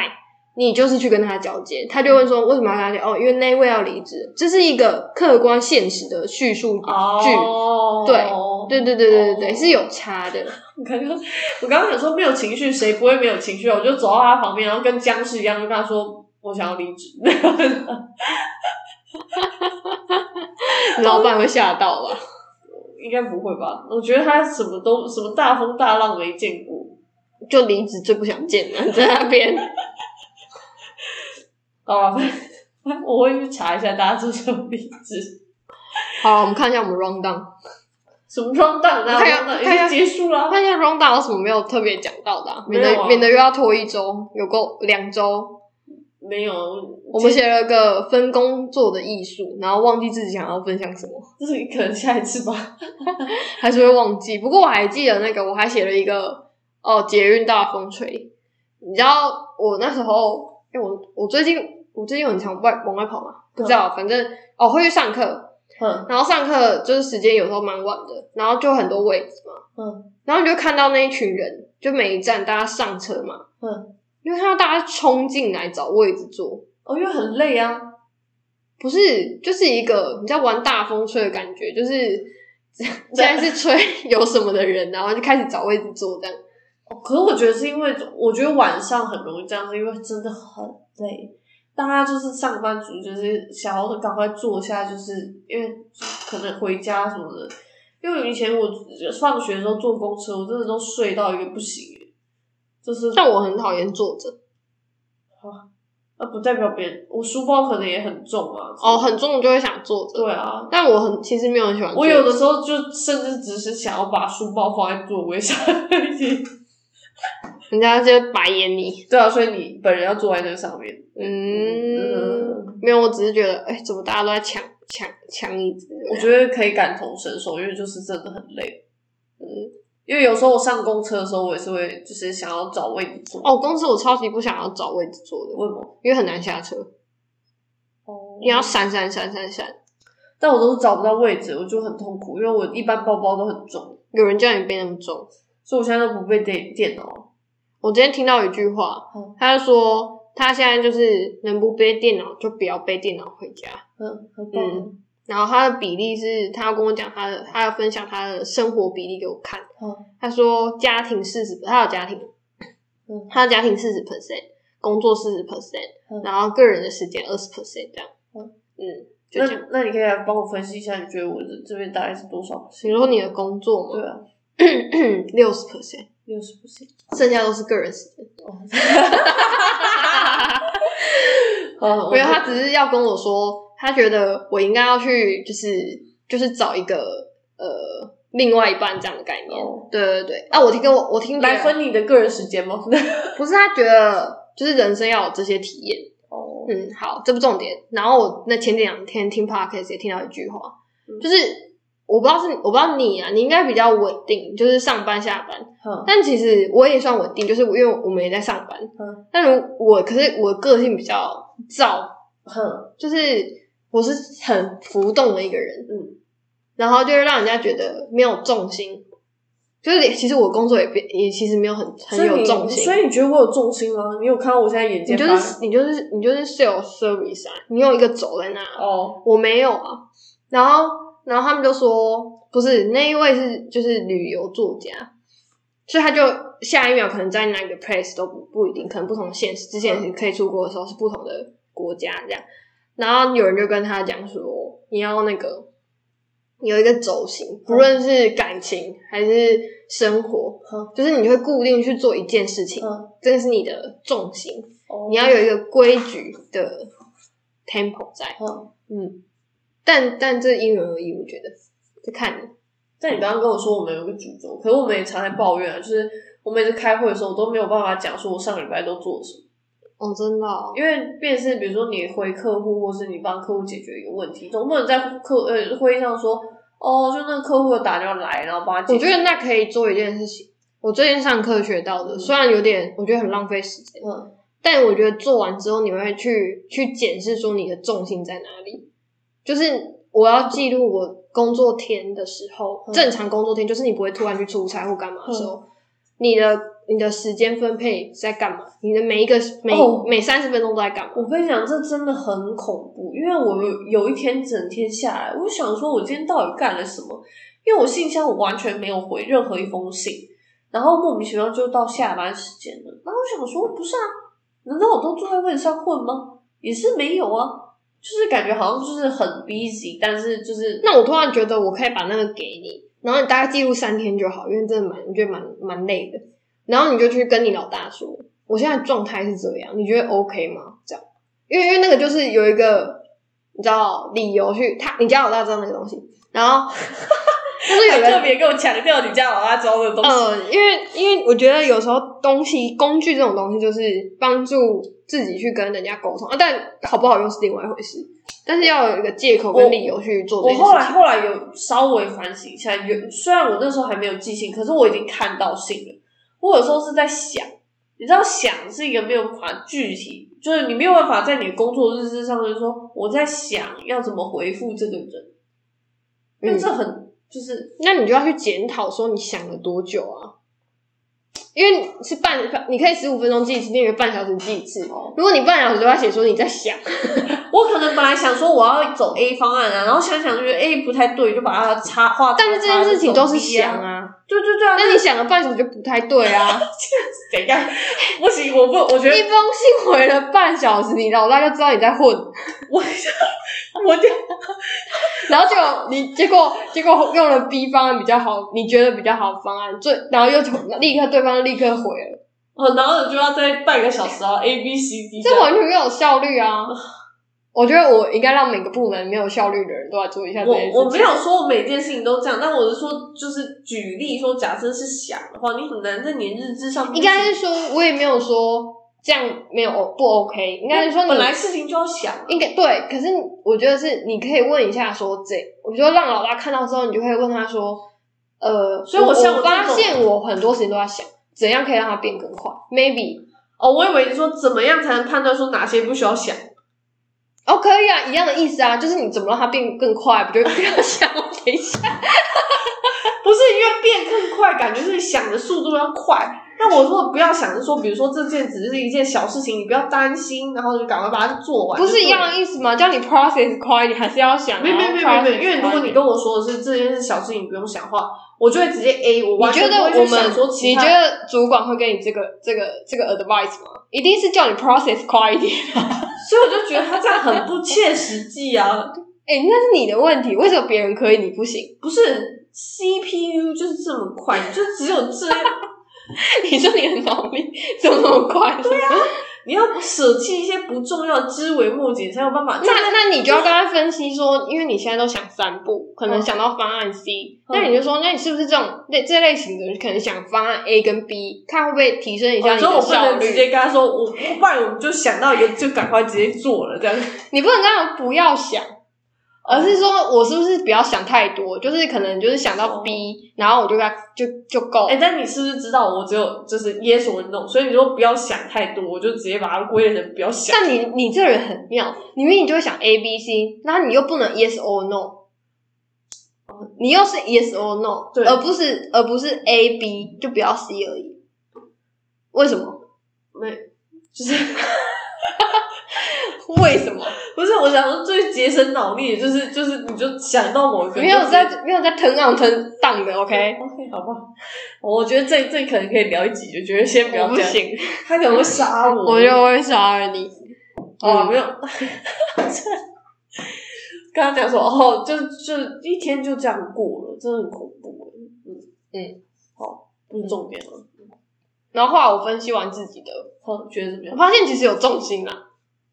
你，就是去跟他交接，他就会说为什么要跟他交接？哦，因为那一位要离职，这是一个客观现实的叙述句。
哦，
对对对对对对对，
哦
是有差 的。
我刚刚我刚刚想说没有情绪，谁不会没有情绪啊？我就走到他旁边，然后跟僵尸一样，就跟他说我想要离职。
老板会吓到吧？
应该不会吧？我觉得他什么都什么大风大浪没见过。
就离职最不想见了，在那 边。
好吧， 反正我会去查一下大家做什么离职。
好，我们看一下我们 round down，
什么装档啊？
看一下
装档已
看一下
经结束了啊。
看一下 round down 有什么没有特别讲到的、啊，免
没有
得、
啊
免得又要拖一周，有够两周。
没有，
我们写了个分工作的艺术，然后忘记自己想要分享什么，
这是可能下一次吧。
还是会忘记。不过我还记得那个，我还写了一个哦，捷运大风吹。你知道我那时候，哎、我我最近我最近很常外往外跑嘛，不知道，反正哦会去上课，
嗯
然后上课就是时间有时候蛮晚的，然后就很多位置嘛，
嗯
然后你就看到那一群人，就每一站大家上车嘛，
嗯，
因为看到大家冲进来找位置坐，
哦，因为很累啊。
不是就是一个你知道玩大风吹的感觉，就是 现在是吹 有什么的人，然后就开始找位置坐这样。
哦可是我觉得是因为，我觉得晚上很容易这样子，因为真的很累。大家就是上班族，就是想要赶快坐下，就是因为可能回家什么的。因为以前我放学的时候坐公车，我真的都睡到一个不行，欸就是
但我很讨厌坐着，
啊，不代表别人，我书包可能也很重啊。
哦，很重就会想坐着。
对啊，
但我很其实没有很喜欢坐
我
着，
有的时候就甚至只是想要把书包放在座位上 而已。
人家就白眼你。
对啊，所以你本人要坐在那上面。
嗯，
嗯
没有，我只是觉得，哎、怎么大家都在抢抢抢椅子？
我觉得可以感同身受，因为就是真的很累。嗯，因为有时候我上公车的时候，我也是会就是想要找位置坐。，
哦，公司我超级不想要找位置坐的，
为什么？
因为很难下车，
哦
你要闪闪闪闪闪，
但我都是找不到位置，我就很痛苦，因为我一般包包都很重，
有人叫你背那么重。
所以我现在都不背电电脑。
我今天听到一句话，
嗯
他就说他现在就是能不背电脑就不要背电脑回家。
嗯，很棒。
嗯然后他的比例是，他要跟我讲他的，他要分享他的生活比例给我看。
嗯
他说家庭四十，他有家庭，
嗯
他的家庭四十 percent，工作四十 percent，
嗯
然后个人的时间二十 percent 这样。
嗯
嗯，就
那
这样。
那你可以来帮我分析一下，你觉得我的这边大概是多少？
比如说你的工作
对
嘛，
啊，
六十 percent，
六十不行。
剩下都是个人时间。
啊，
没有，他只是要跟我说，他觉得我应该要去，就是就是找一个呃另外一半这样的概念。
哦
对对对，啊，我听跟我我听别人
来，分你的个人时间吗？
不是他觉得就是人生要有这些体验。
哦，
嗯，好，这不重点。然后我那前两天听 podcast 也听到一句话，
嗯
就是我不知道是我不知道你啊，你应该比较稳定，就是上班下班。
嗯
但其实我也算稳定，就是因为我们也在上班。
嗯，
但如我可是我个性比较躁
哼，
就是我是很浮动的一个人，
嗯，
然后就会让人家觉得没有重心，就是连其实我工作也变也其实没有很很
所以
有
你
重心，
所以你觉得我有重心吗？你有看到我现在眼
你
睛
就
发
是你就是你就是 sales service 啊，你有一个轴在那，
哦，
我没有啊，然后然后他们就说不是那一位是就是旅游作家，所以他就下一秒可能在哪个 place 都不不一定，可能不同县市之前可以出国的时候是不同的国家这样，然后有人就跟他讲说你要那个有一个轴心，不论是感情还是生活，
哼，
就是你会固定去做一件事情，
嗯，
这个是你的重心，
哦
你要有一个规矩的 tempo 在。
嗯，
嗯，但但这因人而异，我觉得就看你。
但你刚刚跟我说我们有个主轴，可是我们也常在抱怨啊，就是我每次开会的时候我都没有办法讲说我上个礼拜都做了什么。
哦，真的、哦，
因为便是比如说你回客户，或是你帮客户解决一个问题，总不能在客呃会议上说哦，就那个客户有打电话来，然后帮他解
我
决。
觉得那可以做一件事情。我最近上课学到的，
嗯
虽然有点我觉得很浪费时间，
嗯，
但我觉得做完之后你会去去检视说你的重心在哪里。就是我要记录我工作天的时候，
嗯
正常工作天就是你不会突然去出差或干嘛的时候，你的你的时间分配在干嘛？你的每一个每、
哦
每三十分钟都在干嘛？
我跟你讲，这真的很恐怖，因为我有有一天整天下来，我想说，我今天到底干了什么？因为我信箱我完全没有回任何一封信，然后莫名其妙就到下班时间了。然后我想说，不是啊，难道我都坐在位置上混吗？也是没有啊，就是感觉好像就是很 busy，但是就是
那我突然觉得我可以把那个给你，然后你大概记录三天就好，因为真的蛮我觉得蛮蛮累的。然后你就去跟你老大说，我现在状态是这样，你觉得 OK 吗？这样，因为因为那个就是有一个你知道理由去他，你家老大知道那个东西，然 后就是有
还特
个
别跟我强调你家老大招的东西。
呃，因为因为我觉得有时候东西工具这种东西就是帮助自己去跟人家沟通啊，但好不好用是另外一回事，但是要有一个借口跟理由去做这
我
件事
后来
情。
后来有稍微反省一下，有虽然我那时候还没有记性，可是我已经看到信了。我有时候是在想，你知道，想是一个没有办法具体，就是你没有办法在你的工作日志上面说我在想要怎么回复这个人，因为
嗯
这很就是
那你就要去检讨说你想了多久啊？因为你是半，你可以十五分钟记一次，你也可以半小时记一次。
哦
如果你半小时都要写说你在想，
我可能本来想说我要走 A 方案啊，然后想想就觉得 A 不太对，就把它插画。
但是这件事情都是想
啊，
啊，
对对对啊，
那你想了半小时就不太对 啊。
怎样？ 不行，我不，我觉得
一封信回了半小时，你老大就知道你在混，
我我就
然后结果你结果结果用了 B 方案比较好，你觉得比较好的方案，最然后又立刻对方立刻回了，
哦，然后你就要在半个小时啊，A B C D
这完全没有效率啊！我觉得我应该让每个部门没有效率的人都来做一下这件事情。
我我没有说我每件事情都这样，但我是说，就是举例说，假设是想的话，你很难在你的日志上面
应该是说，我也没有说这样没有不 OK，应
应
该是说你
本来事情就要想啊，
应该对，可是我觉得是你可以问一下说这，我觉得让老大看到之后，你就可以问他说，呃，
所以我
我
像我
我发
这种
现我很多事情都在想，怎样可以让它变更快？Maybe
哦，我以为你说怎么样才能判断说哪些不需要想，
哦，可以啊，一样的意思啊，就是你怎么让它变更快，不就不要想？ 我等一下，
不是因为变更快，感觉是想的速度要快。那我说不要想着说，比如说这件只是一件小事情，你不要担心，然后就赶快把它做完。
不是一
一样。
样的意思吗？叫你 process 快，你还是要想啊，
没没没没
process
没，因为如果
快
你跟我说的是这件事小事情，你不用想的话，我就会直接 A，我完
你觉
全
得
不会
我
去想
们
说？其
你
他
觉。得主管会给你这个这个这个 advice 吗？一定是叫你 process 快一点。
所以我就觉得他这样很不切实际啊！
哎、那是你的问题，为什么别人可以你不行？
不是 CPU 就是这么快，就只有这样，
你说你的脑力 怎么那么快？对
啊
呀、
你要舍弃一些不重要、枝微末节才有办法。
那那你就要跟他分析说，因为你现在都想三步，可能想到方案 C，、
嗯
那你就说，那你是不是这种类这类型的人，可能想方案 A 跟 B，看会不会提升一下
我
你
哦说
的
我不
效
能直
率？
接跟他说，我不然我们就想到一个就赶快直接做了这样。
你不能这样不要想。而是说，我是不是不要想太多？就是可能就是想到 B，、然后我就给他就就够了。
哦哎、但你是不是知道我只有就是 yes or no？所以你就不要想太多，我就直接把它归类成不要想。
但你你这个人很妙，你明明就会想 A B C，然后你又不能 yes or no，你又是 yes or no，
对
而不是而不是 A B 就不要 C 而已。为什么？
没，就是。
为什么？
不是，我想说最节省脑力，就是就是你就想到某个
没有在没有在 turn on turn down 的 OK，
OK 好不好？我觉得这这可能可以聊一集，就觉得先不
我
要
不
这样，
行，
他可能会杀我。
我就嗯会杀了你。
哦没
有，
有， 跟他讲说哦，就就一天就这样过了，真的很恐怖。嗯
嗯，
好，不是重点了。
然后后来我分析完自己的，
好，觉得怎么
我
样？
发现其实有重心啦，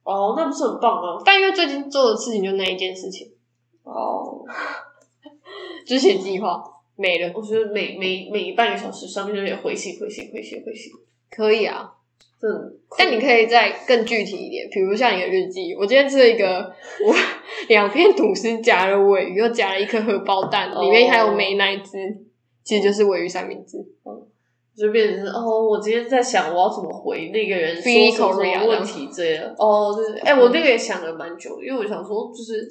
哦，那不是很棒吗？
但因为最近做的事情就那一件事情，
哦，
就是写计划没了，
我觉得每每每半个小时上面就得回信回信回信回信，
可以啊。
真的很酷。
但你可以再更具体一点，比如像你的日记，我今天吃了一个，我两片吐司夹了尾鱼，又夹了一颗荷包蛋，
哦
里面还有美乃滋，其实就是尾鱼三明治。
就变成是哦，我今天在想我要怎么回那个人说
Free
什么
Korea
问题这样。哦，对对，哎、我那个也想了蛮久，因为我想说就是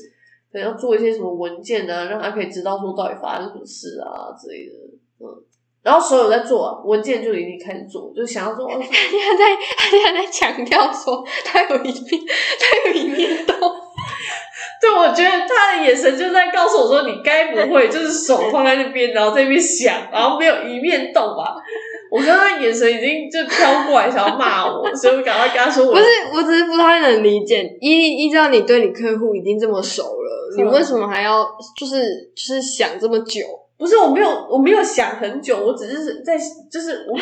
可能要做一些什么文件啊，让他可以知道说到底发生什么事啊之类的，嗯。然后所有在做、啊、文件就已经开始做，就想要 做，哦
他现在他现在在强调说他有一面，他有一 面洞。
对，我觉得他的眼神就在告诉我说，你该不会就是手放在那边，然后在那边想，然后没有一面动吧？我刚刚眼神已经就飘过来，想要骂我，所以我赶快跟他说我，
不是，我只是不太能理解，依依照你对你客户已经这么熟了，你
嗯
为什么还要就是就是想这么久？
不是，我没有，我没有想很久，我只是在，就是 我，我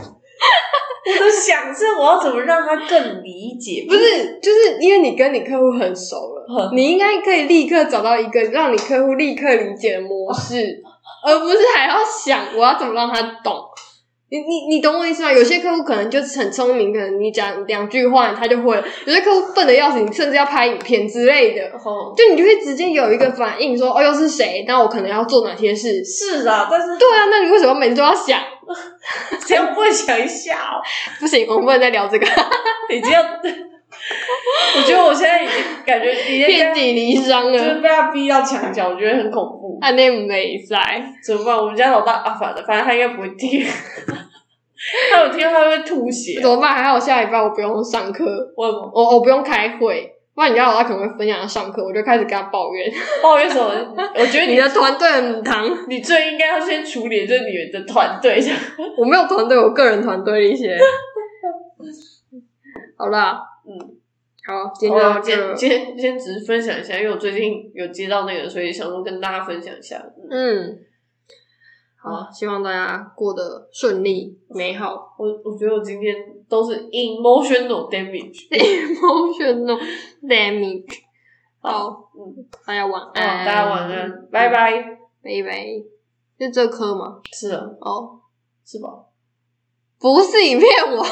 的想是我要怎么让他更理解，
不是，就是因为你跟你客户很熟了，你应该可以立刻找到一个让你客户立刻理解的模式，而不是还要想我要怎么让他懂。你你你懂我意思吗？有些客户可能就是很聪明，可能你讲两句话他就会了；有些客户笨的要死，你甚至要拍影片之类的，
哦，
就你就会直接有一个反应说：“哦，又是谁？那我可能要做哪些事
是啊，但？”是
对啊，那你为什么每次都要想？
谁要不会想一下哦？
不行，我们不能再聊这个，
已经要，我觉得我现在已经感觉已经
遍
被
体离伤
他就是
了，
被他逼到墙角，我觉得很恐怖。
按内没在。
怎么办？我们家老大啊，反正反正他应该不会听， 他有听到他会吐血。
怎么办？还好下礼拜我不用上课，
为什么？
我我不用开会，不然你家老大可能会分享他上课，我就开始跟他抱怨。
抱怨什么？我觉得
你
你
的团队很糖，
你最应该要先处理的就是你的团队这样。
我没有团队，我个人团队的一些。好啦，
嗯，
好，今天就
我
到
啊今
这
天。今天今天只是分享一下，因为我最近有接到那个，所以想说跟大家分享一下。嗯
嗯，好，希望大家过得顺利美 好。
我我觉得我今天都是 emotional damage。
Emotional damage。好，
嗯，
大家晚
好，
安，
大家晚
嗯
安，拜，拜。
拜拜。是这科吗？
是啊，
哦，
是吧？
不是，你骗我。